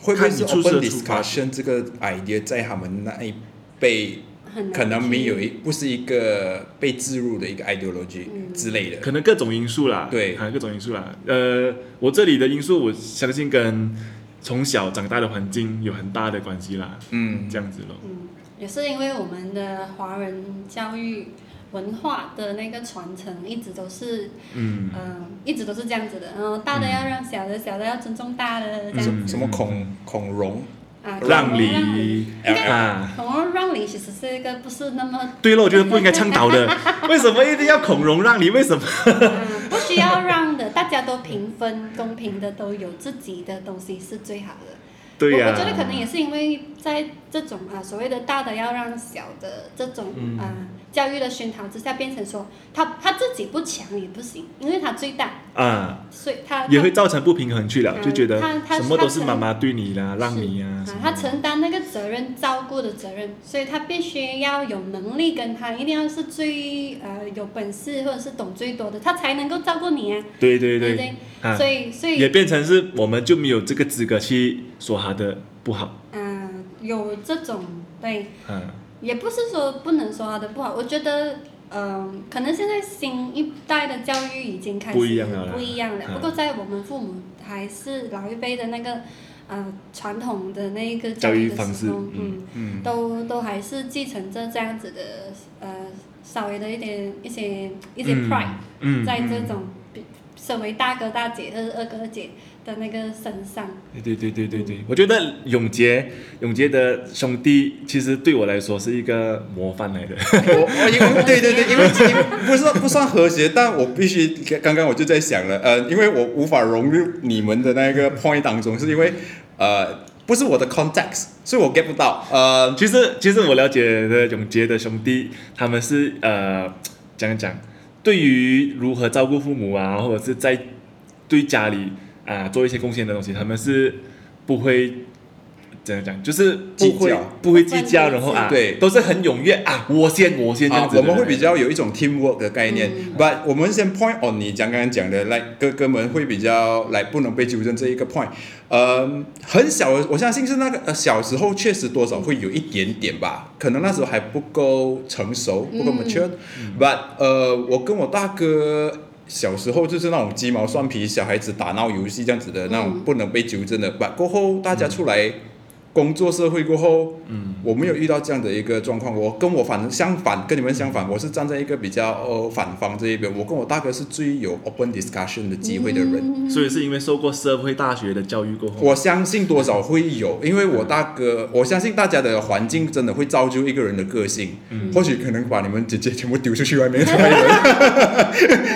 S1: 会不会是
S3: 看你出色
S1: open
S3: 的出发
S1: discussion 这个 idea 在他们那一辈
S2: 很难
S1: 可能没有
S2: 去
S1: 一不是一个被置入的一个 ideology
S2: 嗯
S1: 之类的，
S3: 可能各种因素啦，
S1: 对
S3: 啊，各种因素啦。呃，我这里的因素，我相信跟从小长大的环境有很大的关系啦。
S1: 嗯，
S3: 这样子咯，
S2: 嗯，也是因为我们的华人教育文化的那个传承，一直都是
S3: 嗯，
S2: 嗯，一直都是这样子的，嗯，大的要让小的，小的要尊重大的，这样
S3: 嗯
S1: 什么孔孔融，
S2: 啊，
S3: 让
S2: 孔融让梨，
S3: 梨
S1: 应该
S3: 啊，
S2: 孔融让梨其实是一个不是那么，
S3: 对了，我觉得不应该倡导的。为什么一定要孔融让梨？为什么？
S2: 嗯，不需要让的，大家都平分，公平的都有自己的东西是最好的。
S3: 对呀、
S2: 我我觉得可能也是因为在这种啊所谓的大的要让小的这种
S3: 嗯
S2: 啊、教育的熏陶之下，变成说他他自己不强也不行，因为他最大，
S3: 啊，
S2: 所以他
S3: 也会造成不平衡去了，
S2: 嗯
S3: 就觉得
S2: 他他
S3: 什么都是妈妈对你啦，
S2: 是
S3: 让你啊
S2: 啊
S3: 什么，的
S2: 他承担那个责任，照顾的责任，所以他必须要有能力，跟他一定要是最呃有本事或者是懂最多的，他才能够照顾你啊，
S3: 对对
S2: 对不
S3: 对
S2: 对？
S3: 啊
S2: 所，以所以
S3: 也变成是我们就没有这个资格去说他的不好，
S2: 嗯、有这种对，
S3: 啊，
S2: 也不是说不能说他的不好，我觉得。嗯，可能现在新一代的教育已经开始
S3: 不一样了啦
S2: 不一样了。
S3: 嗯
S2: 不过在我们父母还是老一辈的那个呃传统的那一个
S3: 教育
S2: 的
S3: 方
S2: 时
S3: 式
S2: 候
S3: 嗯
S2: 嗯
S1: 嗯，
S2: 都都还是继承着这样子的呃稍微的一点一些一些 pride，、
S3: 嗯，
S2: 在这
S1: 嗯
S2: 种比身为大哥大姐二二哥二姐的那个身上，
S3: 对对对对
S2: 嗯
S3: 对，我觉得永杰永杰的兄弟，其实对我来说是一个模范来的。
S1: 我我因为 对对对，因为因为不算不算和谐，但我必须刚刚我就在想了，呃，因为我无法融入你们的那个 point 当中，是因为呃不是我的 context，所以我 get 不到，呃，
S3: 其实其实我了解的永杰的兄弟，他们是呃讲一讲，对于如何照顾父母啊，或者是在对家里啊、做一些贡献的东西，他们是不会。怎样讲？就是不
S1: 计
S3: 会
S1: 较
S3: 不会计较，然后啊，
S1: 对
S3: 都是很踊跃啊，我先我先这样
S1: 啊，
S3: 子的
S1: 我
S3: 人、
S1: 们会比较有一种 teamwork 的概念、
S2: 嗯
S1: b u t 我们先 point on 你刚刚讲的，来哥哥们会比较来不能被纠正这一个 point，呃，很小的，我相信是那个呃小时候确实多少会有一点点吧，可能那时候还不够成熟，不够
S2: 嗯
S1: mature，but、呃，我跟我大哥。小时候就是那种鸡毛蒜皮小孩子打闹游戏这样子的那种
S2: 嗯
S1: 不能被纠正的，but 过后大家出来工作社会过后，
S3: 嗯
S1: 我没有遇到这样的一个状况，我跟我反相反，跟你们相反，我是站在一个比较呃反方这一边。我跟我大哥是最有 open discussion 的机会的人，
S2: 嗯
S3: 所以是因为受过社会大学的教育过后，
S1: 我相信多少会有，因为我大哥，我相信大家的环境真的会造就一个人的个性。
S3: 嗯
S1: 或许可能把你们姐姐全部丢出去外 面做一个人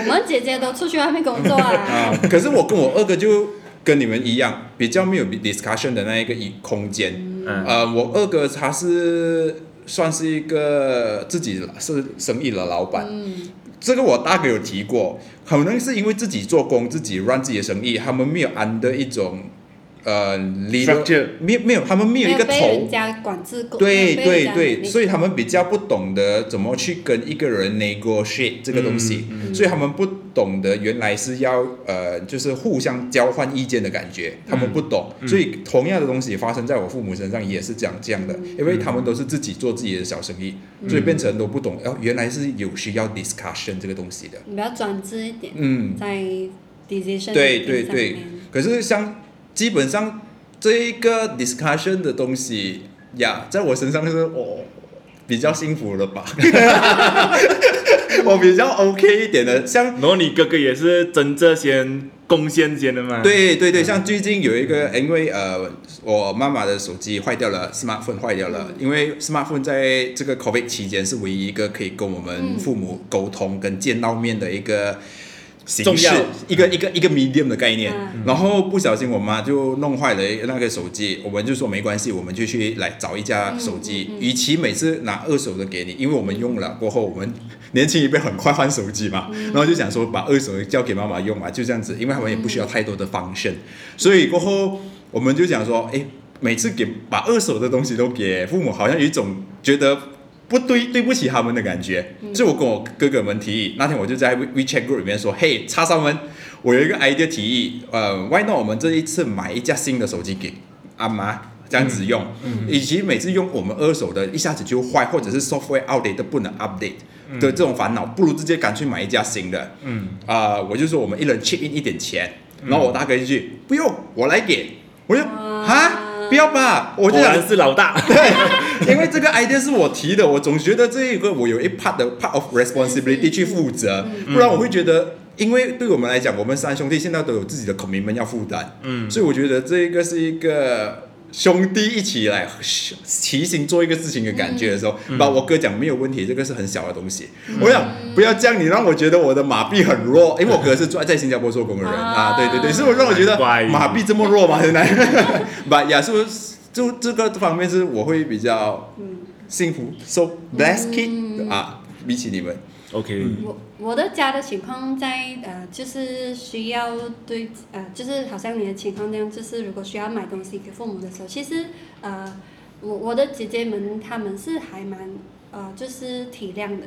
S2: 我们姐姐都出去外面工作 啊，
S1: 啊，可是我跟我二哥就跟你们一样，比较没有 discussion 的那一个一空间。
S3: 嗯
S1: 呃，我二哥他是算是一个自己是生意的老板，
S2: 嗯
S1: 这个我大概有提过，可能是因为自己做工，自己 run 自己的生意，他们没有 under 一种呃 leader
S3: Structure
S1: 没有没有，他们没有
S2: 没
S1: 一个
S2: 有被
S1: 头
S2: 人，家管制过，
S1: 对
S2: 没有被
S1: 对
S2: 人家
S1: 对，
S2: 管理
S1: 所以他们比较不懂得怎么去跟一个人 negotiate 这个东西，
S3: 嗯
S2: 嗯
S1: 所以他们不懂得原来是要呃，就是互相交换意见的感觉，他们不懂，所以同样的东西发生在我父母身上也是这样这样的，因为他们都是自己做自己的小生意，所以变成都不懂，哦，原来是有需要 discussion 这个东西的，
S2: 你比较专制一点，
S1: 嗯，
S2: 在
S1: 对
S2: decision making
S1: 对
S2: 上
S1: 对
S2: 面，
S1: 可是像基本上这一个 discussion 的东西呀在我身上是我、比较幸福了吧， 我比较 OK 一点的。像
S3: 然后你哥哥也是真正先攻先先的嘛？，
S1: 对对对，像最近有一个，因为呃，我妈妈的手机坏掉了，smartphone 坏掉了，因为 smartphone 在这个 COVID 期间是唯一一个可以跟我们
S2: 嗯
S1: 父母沟通跟见到面的一个。形
S3: 重
S1: 式
S3: 要
S1: 一个一个一个 medium 的概念，
S2: 嗯
S1: 然后不小心我妈就弄坏了那个手机，我们就说没关系，我们就去来找一家手机，
S2: 嗯嗯嗯
S1: 与其每次拿二手的给你，因为我们用了过后，我们年轻一辈很快换手机嘛，
S2: 嗯
S1: 然后就想说把二手的交给妈妈用嘛，就这样子，因为他们也不需
S2: 嗯
S1: 要太多的 function，所以过后我们就想说，哎，每次给把二手的东西都给父母，好像有一种觉得不对对不起他们的感觉，
S2: 嗯
S1: 所以我跟我哥哥们提议，那天我就在 We- WeChat group 里面说，嘿，叉三们，我有一个 idea 提议，呃，Why not 我们这一次买一架新的手机给阿啊妈这样子用，
S3: 嗯
S1: 以及每次用我们二手的，一下子就坏，或者是 software outdated 不能 update 的这种烦恼，不如直接赶脆买一架新的。
S3: 嗯，
S1: 啊、我就说我们一人 chip in 一点钱，然后我大哥一句不用，我来给，我就
S2: 哇
S1: 哈不要吧，我
S3: 我
S1: 就
S3: 果
S1: 想
S3: 然是老大。
S1: 对，因为这个 idea 是我提的，我总觉得这一个我有一 part 的 part of responsibility 去负责，不然我会觉得，因为对我们来讲，我们三兄弟现在都有自己的 commitment 要负担，
S3: 嗯
S1: 所以我觉得这一个是一个。兄弟一起来齐心做一个事情的感觉的时候，把我哥讲没有问题，这个是很小的东西。我想不要这样，你让我觉得我的马币很弱，因为我哥是在在新加坡做工的人啊
S2: 啊，
S1: 对对对，所以我让我觉得
S3: 难怪
S1: 马币这么弱吗？ 现在，把亚叔就这个方面是我会比较幸福，so blessed kid、啊，
S2: Mm
S1: 比起你们，
S3: OK，
S2: 我我的家的情况在呃，就是需要对呃，就是好像你的情况那样，就是如果需要买东西给父母的时候，其实呃，我我的姐姐们她们是还蛮呃，就是体谅的。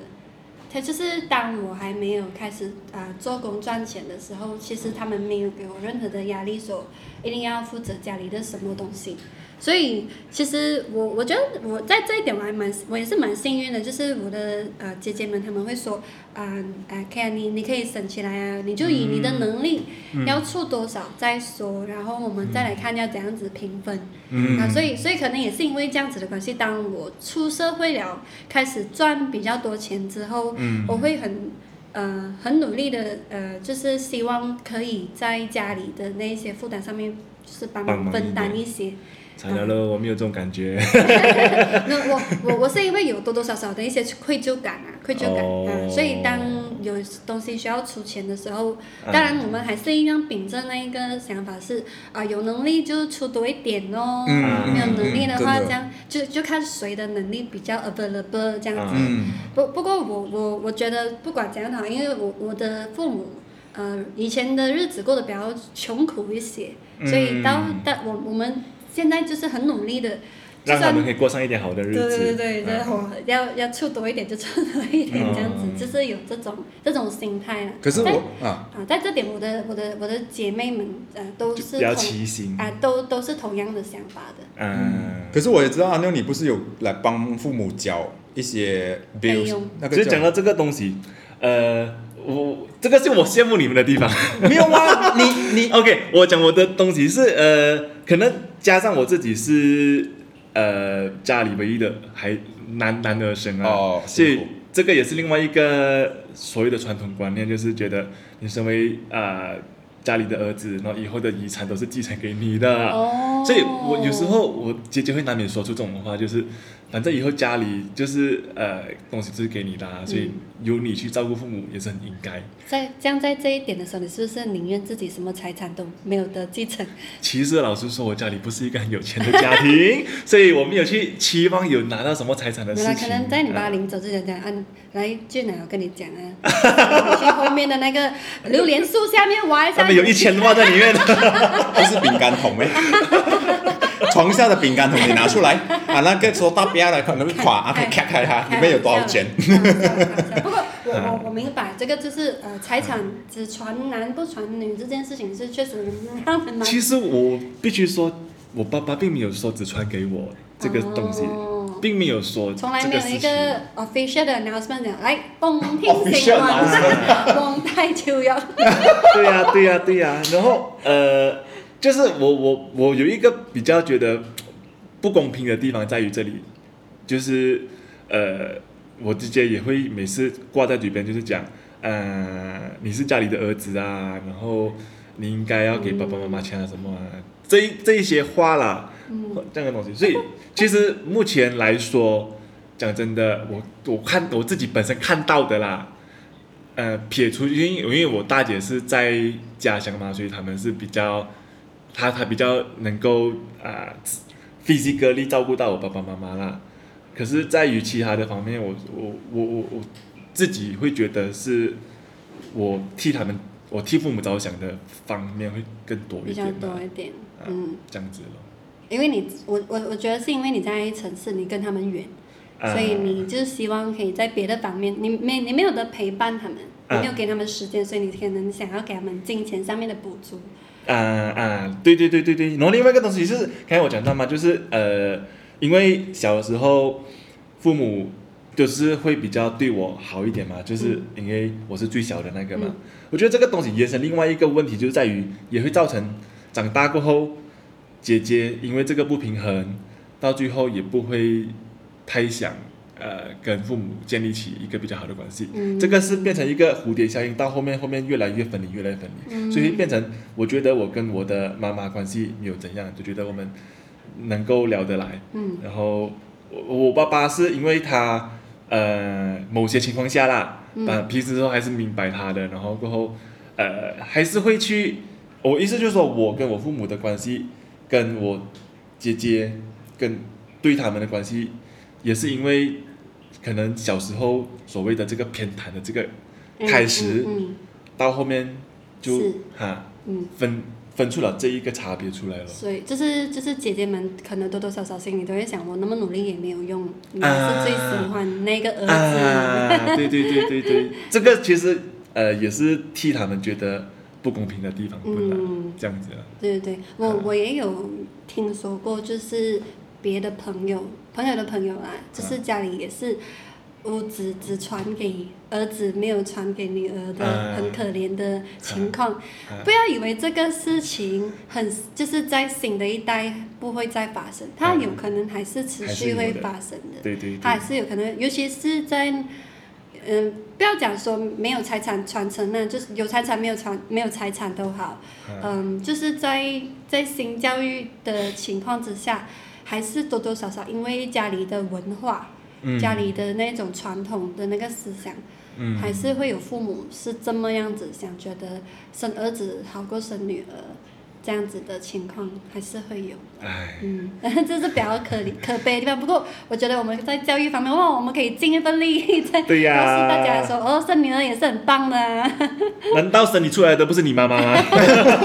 S2: 她就是当我还没有开始啊、呃做工赚钱的时候，其实他们没有给我任何的压力，说一定要负责家里的什么东西。所以其实我我觉得我在这一点我还蛮我也是蛮幸运的，就是我的呃姐姐们他们会说啊啊 k e n 你你可以省起来啊，你就以你的
S3: 嗯
S2: 能力要出多少再说，然后我们再来看要怎样子平分。
S3: 嗯
S2: 啊，所以所以可能也是因为这样子的关系，当我出社会了，开始赚比较多钱之后，
S3: 嗯
S2: 我会很呃很努力的呃，就是希望可以在家里的那一些负担上面，就是帮
S3: 帮忙
S2: 忙分担
S3: 一
S2: 一些。
S3: 惨了咯，我没有这种感觉。
S2: 那我我我是因为有多多少少的一些愧疚感啊，愧疚感、
S3: 哦
S2: 啊，所以当有东西需要出钱的时候，当然我们还是一样秉着那一个想法是啊、有能力就出多一点哦，
S1: 嗯
S2: 没有能力
S1: 嗯
S2: 的
S1: 真
S2: 话，
S1: 的
S2: 这样就就看谁的能力比较 available 这样子。
S1: 嗯
S2: 不不过我我我觉得不管怎样好，因为我我的父母呃以前的日子过得比较穷苦一些，所以到
S1: 嗯
S2: 到我我们现在就是很努力的， 就
S3: 让他
S2: 算
S3: 们可以过上一点好的日
S2: 对
S3: 子。
S2: 对对对，
S3: 啊
S2: 我要要出多一点就出多一点这样子，
S3: 嗯
S2: 就是有这种这种心态了。
S1: 可是
S2: 但
S1: 我啊，
S2: 啊，在这点我的我的我的姐妹们呃都
S3: 就是比较
S2: 同
S3: 齐心。
S2: 啊都都是同样的想法的。
S3: 嗯，
S1: 可是我也知道阿妞你不是有来帮父母缴一些
S2: 费
S1: bills，
S2: 用
S1: 那
S3: 所
S1: 个
S3: 以讲
S1: 叫
S3: 到这个东西，呃，我这个是我羡慕你们 的地方。
S1: 没有啊，你你
S3: OK，我讲我的东西是呃，可能加上我自己是呃家里唯一的还男男儿身啊，
S1: 哦
S3: 所
S1: 辛
S3: 以
S1: 苦
S3: 这个也是另外一个所谓的传统观念，就是觉得你身为啊、呃家里的儿子，然后以后的遗产都是继承给你的。
S2: 哦
S3: 所以我有时候我姐姐会难免说出这种话，就是反正以后家里就是呃东西就是给你的、啊，所以由你去照顾父母也是很应该。
S2: 在这样在这一点的时候，你是不是宁愿自己什么财产都没有得继承？
S3: 其实老实说，我家里不是一个很有钱的家庭，所以我没有去期望有拿到什么财产的
S2: 没
S3: 事
S2: 有啦，
S3: 情。
S2: 可能在你
S3: 啊
S2: 爸临走之前讲，啊，你来俊奶，我跟你讲啊， 你去后面的那个榴莲树下面挖一
S3: 他
S2: 下
S3: 们。有一千万在里面。
S1: 不是饼干桶哎、 床下的饼干桶你拿出来啊，那个说大不要来，可能会垮啊，可以咔 开它，里面有多少钱？
S2: 开玩笑啦？开玩笑不过我我我明白，这个就是呃，财产只传男不传女这件事情是确实让人蛮
S3: 其实我必须说，我爸爸并没有说只传给我这个东西，
S2: 哦
S3: 并没有说
S2: 从来
S3: 这
S2: 没有
S3: 个
S2: 一
S3: 事
S2: 个
S3: 情。
S2: official 的哎 announcement 讲， 来，公听醒王啊王太久 要
S3: 对呀、对呀、对呀、然后呃，就是我我我有一个比较觉得不公平的地方在于这里，就是呃，我直接也会每次挂在嘴边，就是讲呃，你是家里的儿子啊，然后你应该要给爸爸妈妈钱啊什么啊，这一这一些话啦，这样的东西。所以其实目前来说，讲真的，我我看我自己本身看到的啦，呃，撇除因为因为我大姐是在家乡嘛，所以他们是比较，她她比较能够啊、physically 照顾到我爸爸妈妈啦。可是，在于其他的方面，我我我我我自己会觉得是，我替他们，我替父母着想的方面会更多
S2: 比
S3: 一
S2: 较
S3: 点吧
S2: 多一 点，
S3: 啊
S2: 嗯，
S3: 这样子咯。
S2: 因为你我我我觉得是因为你在城市，你跟他们远，
S3: 啊
S2: 所以你就是希望可以在别的方面，你没你没有的陪伴他们，你
S3: 啊
S2: 没有给他们时间，所以你可能想要给他们金钱上面的补足，
S3: 啊啊，对对对对对。然后另外一个东西就是，刚才我讲到嘛，就是呃，因为小的时候父母就是会比较对我好一点嘛，就是因为我是最小的那个嘛。
S2: 嗯
S3: 我觉得这个东西延伸另外一个问题，就是在于也会造成长大过后，姐姐因为这个不平衡，到最后也不会太想。呃，跟父母建立起一个比较好的关系，
S2: 嗯
S3: 这个是变成一个蝴蝶效应，到后面后面越来越分离，越来越分离，
S2: 嗯
S3: 所以变成我觉得我跟我的妈妈关系没有怎样，就觉得我们能够聊得来。
S2: 嗯
S3: 然后我我爸爸是因为他呃某些情况下啦，
S2: 嗯
S3: 但平时都还是明白他的，然后过后呃还是会去，我意思就是说我跟我父母的关系，跟我姐姐跟对他们的关系，也是因为可能小时候所谓的这个偏袒的这个
S2: 嗯
S3: 开始，
S2: 嗯
S3: 到后面就是哈
S2: 嗯
S3: 分分出了这一个差别出来了
S2: 嗯，。所以就是就是姐姐们可能多多少少心里都会想，我那么努力也没有用，你是
S3: 啊
S2: 最喜欢那个 儿子嘛，
S3: 啊，对对对对对， 这个其实呃也是替他们觉得不公平的地方，不啦，
S2: 嗯
S3: 这样子啦。
S2: 对对对，我、
S3: 啊
S2: 我也有听说过，就是别的朋友朋友的朋友啦，就是家里也是，我只只传给儿子，没有传给女儿的，
S3: 啊
S2: 很可怜的情况。
S3: 啊
S2: 不要以为这个事情很就是在新的一代不会再发生，它
S3: 啊
S2: 有可能还是持
S3: 还是
S2: 续
S3: 有
S2: 会
S3: 的
S2: 发生的。
S3: 对对
S2: 它
S3: 对
S2: 还，是有可能，尤其是在，嗯、不要讲说没有财产传承那，就是有财产没有传没有财产都好，嗯，就是在在新教育的情况之下，还是多多少少因为家里的文化，
S3: 嗯
S2: 家里的那种传统的那个思想，
S3: 嗯
S2: 还是会有父母是这么样子想，觉得生儿子好过生女儿。这样子的情况还是会有，
S3: 哎，
S2: 嗯， 这是比较可怜可悲的地方。不过我觉得我们在教育方面，哇，我们可以尽一份力，在告
S3: 对
S2: 诉
S3: 呀
S2: 大家说，哦，生女儿也是很棒的、啊。
S3: 难道生你出来的不是你妈妈吗？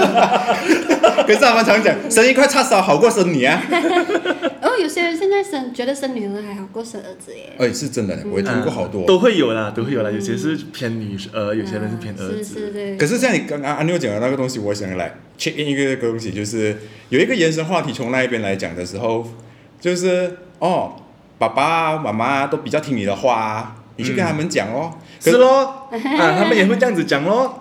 S1: 可是他们常讲，生一块叉烧好过生你 啊。
S2: 然后哦有些人现在生觉得生女儿还好过生儿子耶。
S1: 哎，是真的，我也听过好多。
S3: 都会有啦，都会有啦，有些是偏女儿，有些人是偏呃儿
S2: 嗯是是
S3: 子。
S2: 对。
S1: 可是像你刚刚阿妞讲的那个东西，我想来 check in 一个东西，就是有一个延伸话题，从那一边来讲的时候，就是哦，爸爸妈妈都比较听你的话啊，你去跟他们讲哦。可
S3: 是咯，啊，他们也会这样子讲咯。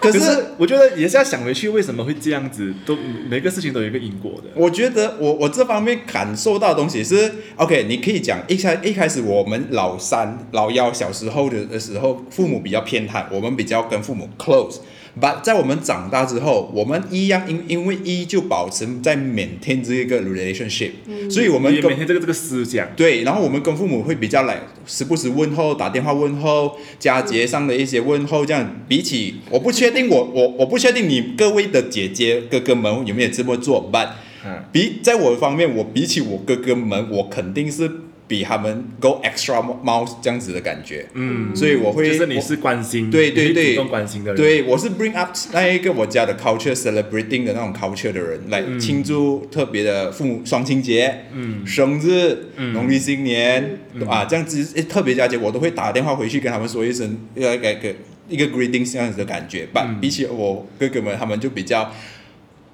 S1: 可
S3: 可
S1: 是
S3: 是我觉得也是要想回去，为什么会这样子？都每个事情都有一个因果的。
S1: 我觉得我我这方面感受到的东西是，OK，你可以讲一开一开始我们老三老幺小时候的的时候，父母比较偏袒，我们比较跟父母 close。 But 在我们长大之后，我们一样因因为依旧保持在 maintain 这个 relationship，、所以我
S3: 我
S1: 们
S3: 们每
S1: 跟
S3: 天这个这个思想，
S1: 对，然后我们跟父母会比较来时不时问候，打电话问候，佳节上的一些问候，这样比起我不确 定我我我不确定你各位的姐姐哥哥们有没有这么做，But
S3: 嗯，
S1: 比在我方面，我比起我哥哥们，我肯定是比他们 go extra mile 这样子的感觉，
S3: 嗯
S1: 所以我会
S3: 就是你
S1: 我
S3: 是关心，
S1: 对对
S3: 你是
S1: 对
S3: 主动关心的人，，
S1: 对，我是 bring up 那一个我家的 culture celebrating 的那种 culture 的人，来
S3: 嗯
S1: 庆祝特别的父母双亲节、
S3: 嗯
S1: 生日、
S3: 嗯
S1: 农历新年、啊，这样子诶特别佳节，我都会打电话回去跟他们说一声，要给给一个 greetings 这样子的感觉吧。
S3: 嗯
S1: 比起我哥哥们，他们就比较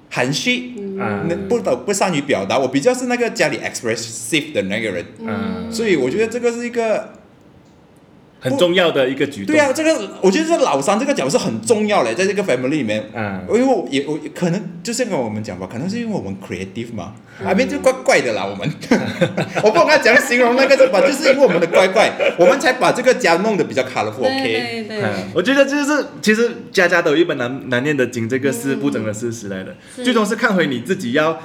S1: 含蓄，
S3: 嗯
S1: 那不懂不善于表达，我比较是那个家里 expressive 的那个人，
S3: 嗯，
S1: 所以我觉得这个是一个
S3: 很重要的一个举动，
S1: 对啊，，这个我觉得这老三这个角色很重要嘞，在这个 family 里面，
S3: 嗯
S1: 因为我也我可能就是跟我们讲吧，可能是因为我们 creative 嘛，啊，面就怪怪的啦，我们， 我不懂该怎样形容那个什么，就是因为我们的怪怪，我们才把这个家弄得比较 colorful，OK，、
S2: 对对对
S3: 嗯，我觉得就是，其实家家都有一本难难念的经，这个是不争的事实来的。
S2: 是
S3: 最终是看回你自己要，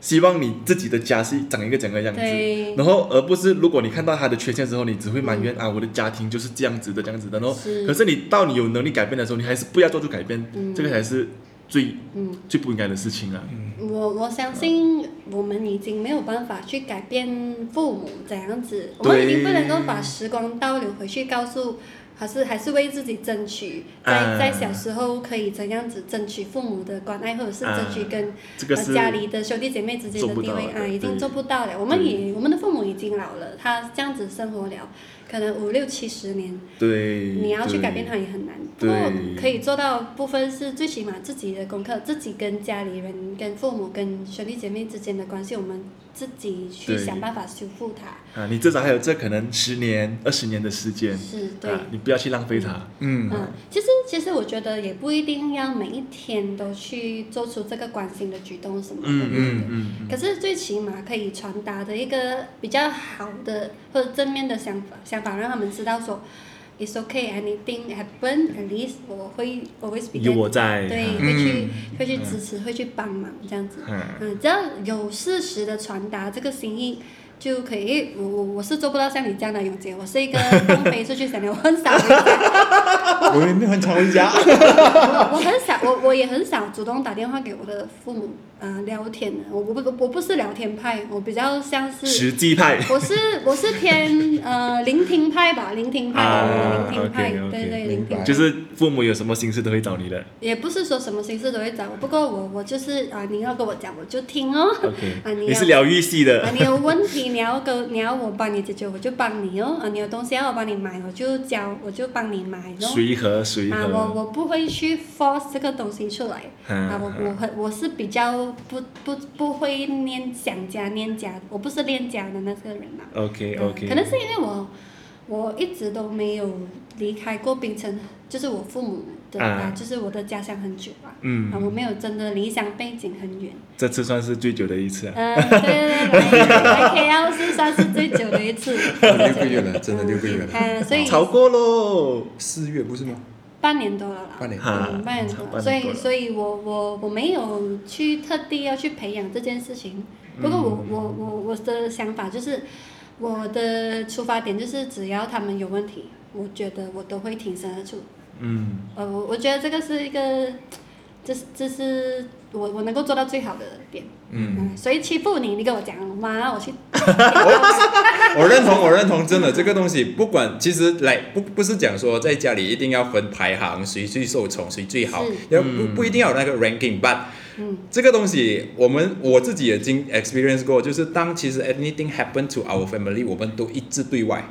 S3: 希望你自己的家是长一个怎样的样
S2: 对嗯
S3: 子，然后而不是如果你看到他的缺陷之后，你只会埋怨、啊，我的家庭就是这样子的，这样子的。然后
S2: 是
S3: 可是你到你有能力改变的时候，你还是不要做出改变，这个才是最、
S2: 嗯
S3: 最不应该的事情啊。
S2: 我我相信我们已经没有办法去改变父母怎样子，我
S3: 对
S2: 们已经不能够把时光倒流回去告诉。还是还是为自己争取，在
S3: 啊
S2: 在小时候可以怎样子争取父母的关爱，或者是
S3: 啊
S2: 争取跟
S3: 这个是
S2: 呃、家里的兄弟姐妹之间
S3: 做
S2: 的
S3: 不
S2: 地
S3: 到
S2: 位
S3: 的
S2: 啊，已经
S3: 对
S2: 做不到了。我们也我们的父母已经老了，他这样子生活了，可能五六七十年，
S3: 对，
S2: 你要去
S3: 对
S2: 改变他也很难。不
S3: 嗯对
S2: 过可以做到部分是最起码自己的功课，自己跟家里人、跟父母、跟兄弟姐妹之间的关系，我们自己去
S3: 对
S2: 想办法修复它。
S3: 啊，你至少还有这可能十年、二十年的时间，
S2: 是对。
S3: 啊，你不要去浪费它。
S1: 嗯，
S2: 嗯，其实其实我觉得也不一定要每一天都去做出这个关心的举动什么的，
S3: 嗯嗯
S2: 对
S3: 嗯
S2: 可是最起码可以传达的一个比较好的或者正面的想法，想法让他们知道说，it's okay, anything happen, at least 我会 always be
S3: 有
S2: there，
S3: 我在
S2: 对，
S3: 嗯
S2: 会去会去支持，会去帮忙这样子。
S3: 嗯
S2: 嗯，只要有适时的传达这个心意。就可以，因为我我我是做不到像你这样的永杰，我是一个放飞出去想的，我很少回 家，
S1: 我也没有很常回家，
S2: 我我很少，我我也很少主动打电话给我的父母，呃，聊天的，我我不我不是聊天派，我比较像是
S3: 实际派。
S2: 我是我是偏呃聆听派吧，聆听派，
S3: 啊
S2: 聆听派，
S3: OK，OK，
S2: 对对，
S1: 明
S2: 聆
S1: 白
S2: 听派。
S3: 就是父母有什么心事都会找你的。
S2: 也不是说什么形式都会找我，不过我我就是啊，你要跟我讲我就听 哦。
S3: OK，
S2: 啊，你
S3: 你
S2: 要
S3: 是疗愈系
S2: 啊
S3: 的，，
S2: 你有问题你要跟你要我帮你解决，我就帮你哦。啊，你有东西要我帮你买，我就教我就帮你买咯。
S3: 随和随
S2: 啊，我
S3: 和。
S2: 我不会去 force 这个东西出来。
S3: 嗯
S2: 啊，我我很我是比较不不不会念想家念家，我不是恋家的那个人嘛。
S3: OK
S2: 嗯
S3: OK，
S2: 可能是因为我我一直都没有离开过槟城，就是我父母的、
S3: 啊
S2: 就是我的家乡很久啊。
S3: 嗯
S2: 啊，我没有真的离乡背景很远。
S3: 这次算是最久的一次啊。
S2: 嗯，对对对，来 KL 是算是最久的一次。
S1: 六个月了，真的六个月了，
S2: 嗯，所以
S3: 超过喽。
S1: 四月不是吗？
S2: 半年多了啦。
S1: 半年
S3: 哈
S2: 嗯，半年多了，
S3: 半
S2: 所
S3: 年多
S2: 以
S3: 了
S2: 所以我我我没有去特地要去培养这件事情。不过我我我我的想法就是，我的出发点就是只要他们有问题，我觉得我都会挺身而出。
S3: 嗯，
S2: 呃，我我觉得这个是一个，这是这是我我能够做到最好的点。
S1: 嗯。
S2: 所以欺负你，你跟我讲，妈，我去。
S1: 我认同，我认同，真的这个东西，不管其实来不不是讲说在家里一定要分排行，谁最受宠，谁最好
S2: 是，
S1: 要不不一定要有那个 ranking，but
S2: 嗯
S1: 这个东西我们我自己也经 experience 过，就是当其实 anything happen to our family，我们都一致对外。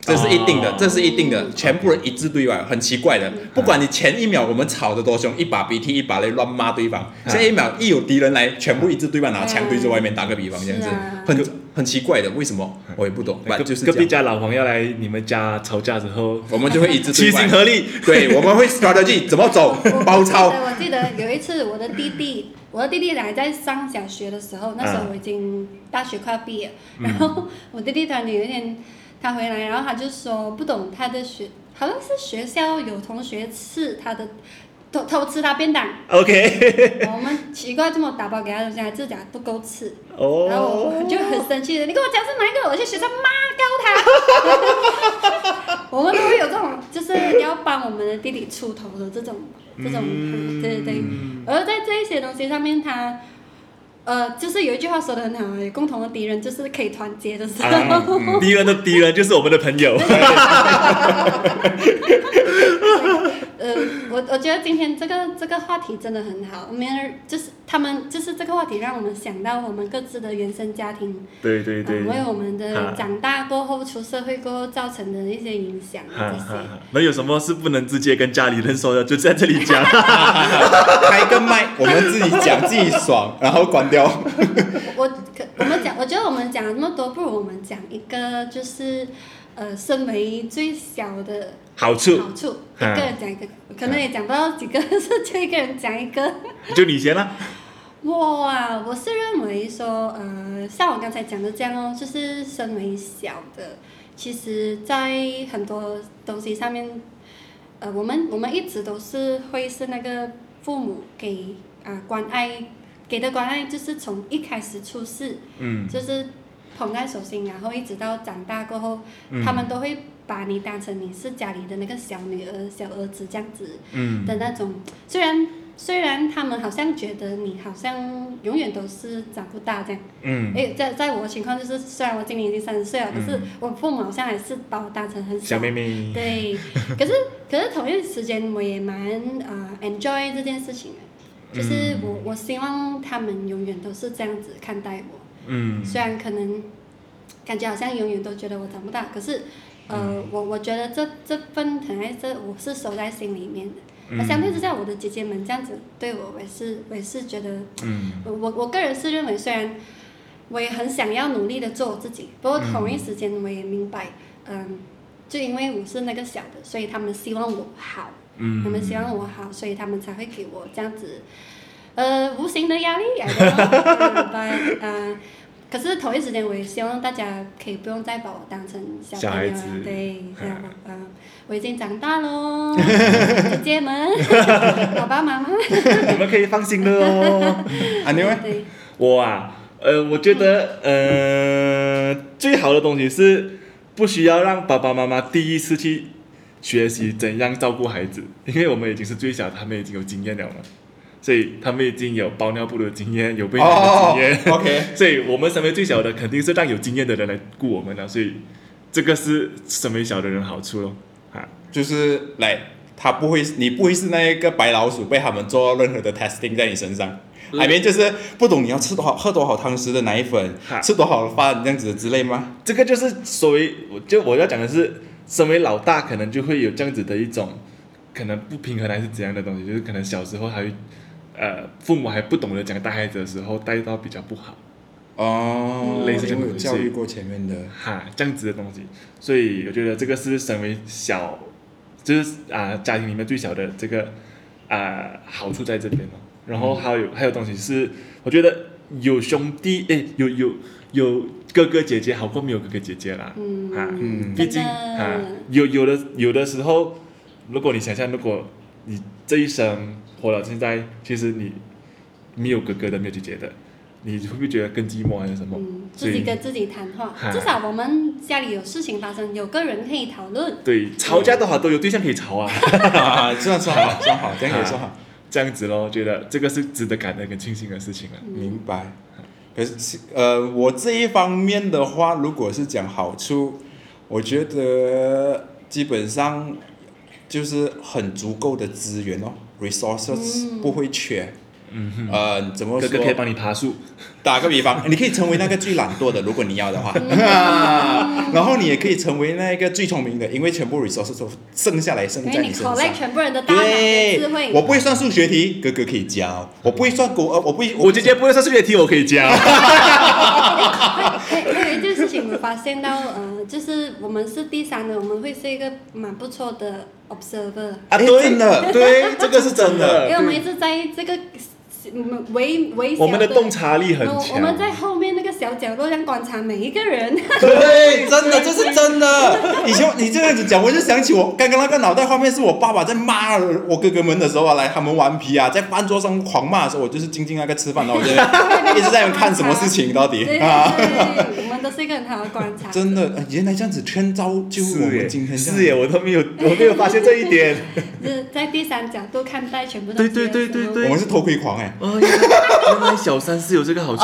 S1: 这是一定的
S3: 哦
S1: 这是一定的
S2: 嗯，
S1: 全部人一致对外，很奇怪的。不管你前一秒我们吵得多凶，一把鼻涕一把泪乱骂对方，下一秒一有敌人来，全部一致对外拿枪对着外面，打个比方这样子
S2: 嗯是啊，
S1: 很很奇怪的，为什么
S3: 嗯
S1: 我也不懂。反
S3: 隔
S1: 正就是
S3: 隔
S1: 这
S3: 壁
S1: 样，
S3: 家老黄要来你们家吵架之后，
S1: 我们就会一致
S3: 齐
S1: 对
S3: 心
S1: 外。
S3: 合力。
S1: 对，我们会 strategy 怎么走
S2: 我 我，
S1: 包
S2: 记
S1: 抄。
S2: 得我记得有一次，我的弟弟，我的弟弟还在上小学的时候，那时候我已经大学快要毕业，然后
S1: 嗯
S2: 我弟弟突然有一天他回来，然后他就说不懂他的学，好像是学校有同学是他的偷偷吃他便当，
S3: OK，
S2: 我们奇怪这么打包给他的东西，还自己还不够吃。然后
S3: 哦
S2: 我，就很生气的，你跟我讲是哪一个，我去学校骂告他。我们都会有这种，就是要帮我们的弟弟出头的这种，这种，
S3: 嗯
S2: 对对对。而在这一些东西上面，他，呃，就是有一句话说的很好，有共同的敌人就是可以团结的时 候。
S1: 啊嗯
S3: 敌人的敌人就是我们 的朋友。
S2: 呃，我我觉得今天这个这个话题真的很好，我们就是他们就是这个话题让我们想到我们各自的原生家庭
S3: 对对对，
S2: 呃为我们的
S3: 啊
S2: 长大过后、出社会过后造成的一些影响
S3: 哈
S2: 啊这
S3: 哈
S2: 些。
S3: 哈那有什么是不能直接跟家里人说的，就在这 里讲。
S1: 开个麦，我们自己讲自己爽，然后关 掉。
S2: 我我可我们讲，我觉得我们讲了那么多，不如我们讲一个就是。呃，身为最小的
S3: 好处
S2: 好处，一
S3: 嗯
S2: 个人讲一个，可能也讲不到几个， 是就一个人讲一个。
S3: 就你先啦。
S2: 我啊，我是认为说，呃，像我刚才讲的这样哦，就是身为小的，其实在很多东西上面，呃，我们我们一直都是会是那个父母给啊、关爱给的关爱，就是从一开始出世，
S3: 嗯
S2: 就是捧在手心，然后一直到长大过后，
S3: 嗯
S2: 他们都会把你当成你是家里的那个小女儿、小儿子这样子。
S3: 嗯
S2: 的那种，虽然虽然他们好像觉得你好像永远都是长不大这样，
S3: 嗯，
S2: 诶，在在我的情况就是，虽然我今年已经三十岁了，可是我父母好像还是把我当成很
S3: 小妹妹。
S2: 对，可是 可是同一时间我也蛮啊、呃 enjoy 这件事情的，就是
S3: 嗯
S2: 我我希望他们永远都是这样子看待我。
S3: 嗯
S2: 虽然可能感觉好像永远都觉得我长不大，可是，呃，我我觉得这这份疼爱，这我是收在心里面的。那、相对之下，我的姐姐们这样子对我，我也是我也是觉得，
S3: 嗯
S2: 我我我个人是认为，虽然我也很想要努力的做我自己，不过同一
S3: 嗯
S2: 时间我也明白，嗯、就因为我是那个小的，所以他们希望我好，
S3: 嗯
S2: 他们希望我好，所以他们才会给我这样子，呃，无形的压力，I don't know，but，呃可是同一时间，我也希望大家可以不用再把我当成小
S3: 小
S2: 朋
S3: 孩
S2: 友了啊
S3: 子，
S2: 对，这样
S3: 嗯
S2: 吧，嗯、我已经长大 喽，姐姐们， 爸爸妈妈，
S3: 你们可以放心的哦。
S1: 啊，你们
S2: 对，
S3: 我啊，呃，我觉得呃，最好的东西是不需要让爸爸妈妈第一次去学习怎样照顾孩子，因为我们已经是最小，他们已经有经验了嘛，所以他们已经有包尿布的经验，有喂奶的
S1: 哦
S3: 经验。
S1: ，OK，
S3: 所以我们身为最小的，肯定是让有经验的人来顾我们了、所以这个是身为小的人好处咯。啊，
S1: 就是来，他不会，你不会是那一个白老鼠被他们做任何的 testing 在你身上。
S3: 嗯
S1: 海绵就是不懂你要吃多少、喝多少汤匙的奶粉
S3: 哈，
S1: 吃多少饭这样子之类吗？
S3: 这个就是所谓，我就我要讲的是，身为老大，可能就会有这样子的一种，可能不平衡还是怎样的东西，就是可能小时候还会，呃，父母还不懂得讲带孩子的时候，带到比较不好。
S1: 哦，
S3: 类似这
S1: 因
S3: 种
S1: 为有
S3: 东西
S1: 教育过前面 的，
S3: 哈，啊这样子的东西，所以我觉得这个是身为小，就是啊、家庭里面最小的这个啊、好处在这边嘛。然后还有还有东西是，我觉得有兄弟诶，有有有哥哥姐姐好过没有哥哥姐姐啦。
S2: 嗯
S3: 啊，
S1: 嗯
S3: 毕竟
S2: 真的
S3: 啊，有有的有的时候，如果你想象，如果你这一生活到现在，其实你没有哥哥的，没有姐姐的，你会不会觉得更寂寞还是什么？
S2: 嗯，
S3: 所
S2: 自己
S3: 以
S2: 跟自己谈话
S3: 哈，
S2: 至少我们家里有事情发生，有个人可以讨论。
S3: 对，吵架都好，都有对象可以吵 啊，
S1: 啊，这样算好，算好，这样也算好。
S3: 这样子咯，觉得这个是值得感恩跟庆幸的事情啊了。
S1: 明白。可是，呃，我这一方面的话，如果是讲好处，我觉得基本上就是很足够的资源哦，resources、
S2: 嗯
S1: 不会缺。
S3: 嗯哼，
S1: 呃，怎么
S3: 哥
S1: 说？
S3: 哥可以帮你爬树，
S1: 打个比方，你 可以成为那个最懒惰的，如果你要 的话， 然后你也可以成为那个最聪明的，因为全部 resources 都剩下来剩
S2: 因
S1: 在
S2: 为
S1: 你
S2: 哎你
S1: 身上。
S2: collect 全部人的大脑跟
S1: 对
S2: 智慧，，
S1: 我不会算数学题，哥哥可以教；我不会算国，呃，我不会，
S3: 我姐姐不会算数学题，我可以教。
S2: 还还有一件事情，我发现到，呃，就是我们是第三的，我们会是一个蛮不错的 observer，
S1: 啊，
S3: 啊
S1: 对
S3: 对
S1: 真的，
S3: 对，这个是真
S1: 真的
S2: 因为我们一
S3: 的。
S2: 直在这个嗯微微小
S3: 我们的洞察力很
S2: 然后
S3: 强。
S2: 我们在后面那个小角落这样观察每一个人。
S1: 对，哎真的，这是真的。以前你这样子讲，我就想起我刚刚那个脑袋画面，是我爸爸在骂我哥哥们的时候啊，来他们顽皮啊，在饭桌上狂骂的时候，我就是静静那个吃饭的， 我就一直在那边看什么事情 到底
S2: 对对
S1: 啊。
S2: 对，我们都是一个很好的观 察。
S1: 真的，呃原来这样子圈招就是我
S3: 是耶
S1: 们今天这样
S3: 是耶，我都没有，我没有发现这一点。
S2: 就是在第三角度看待全部都
S3: 对
S2: 是
S3: 对对对对
S1: 我们是偷窥狂哎、
S3: 哦，原来原来小三是有这个好处。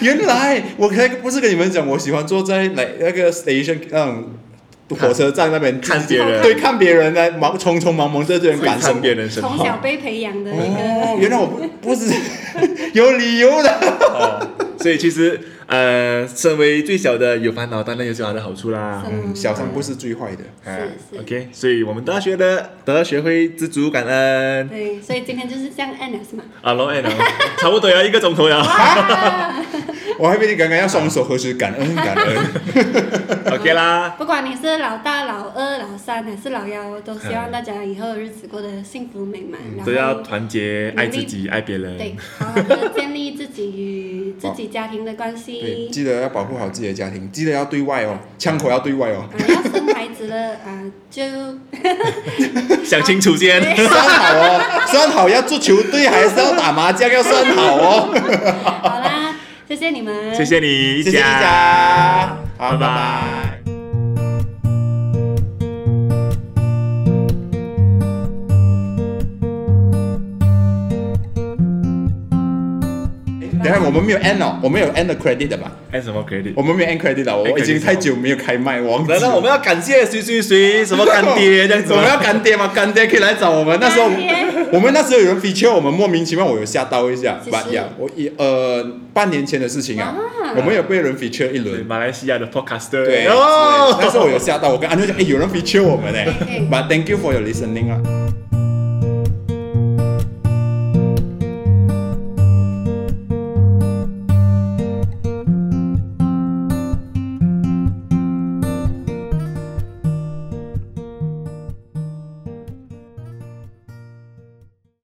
S1: 原来我才不是跟你们讲，我喜欢坐在来那个 station 那种火车站那边
S3: 看
S1: 自己
S3: 别人
S1: 对，看别人来忙匆匆忙忙这些人赶上
S3: 上别人生
S2: 从
S3: 活。
S2: 小被培养的一个。
S1: 哦，原来我不不是 有理由的。
S3: 所以其实呃，身为最小的有烦恼，当然有最好的好处啦。
S1: 嗯，小三不是最坏的。
S2: 是
S3: 啊
S2: 是
S3: OK，所以我们都要学的，都要学会知足感 恩
S2: 对，所以今天就是这样 end 了是吗？
S3: 啊，老爱了，差不多要一个钟头了。
S1: 我还以为你刚刚要双手合十，感恩感恩。
S3: OK 啦，
S2: 不管你是老大、老二、老三还是老幺，都希望大家以后的日子过得幸福美满，然后
S3: 都要团结，爱自己，爱别
S2: 对
S3: 人。，
S2: 好好的建立自己与自己家庭的关
S1: 对，
S2: 系。
S1: 记得要保护好自己的家庭，记得要对外哦，枪口要对外哦
S2: 啊，。要生孩子了啊，就
S3: 想清楚 先。
S1: 算好哦， 算好要做球队，还是要打麻将，要算好哦。
S2: 好啦，谢谢你们，
S3: 谢谢你，一
S1: 谢谢一
S3: 家，
S1: 家，好，
S3: 拜
S1: 拜
S3: 拜
S1: 拜。。哎等一下我们没有 end 哦，我们有 end 的 credit 的吧？
S3: 按什么 credit？
S1: 我们没有 end credit 了，我已经太久没有开麦，我忘记
S3: 来，
S1: 了。
S3: 那我们要感谢谁谁谁，什么干爹这样子
S1: 我
S3: 吗
S1: 们要干爹吗？干爹可以来找我们。那时候
S2: 干爹
S1: 我们那时候有人 feature 我们，莫名其妙我有吓到一下
S2: 其。实
S1: 吧呀，我一呃半年前的事情啊，我们有被人 feature 一
S3: 对
S1: 轮。
S3: 马来西亚的 podcaster。
S1: 对，
S3: 哦
S1: 之类的那时候我有吓到，我跟安妞讲，哎，有人 feature 我们呢
S2: 对对。
S1: But thank you for your listening 啊。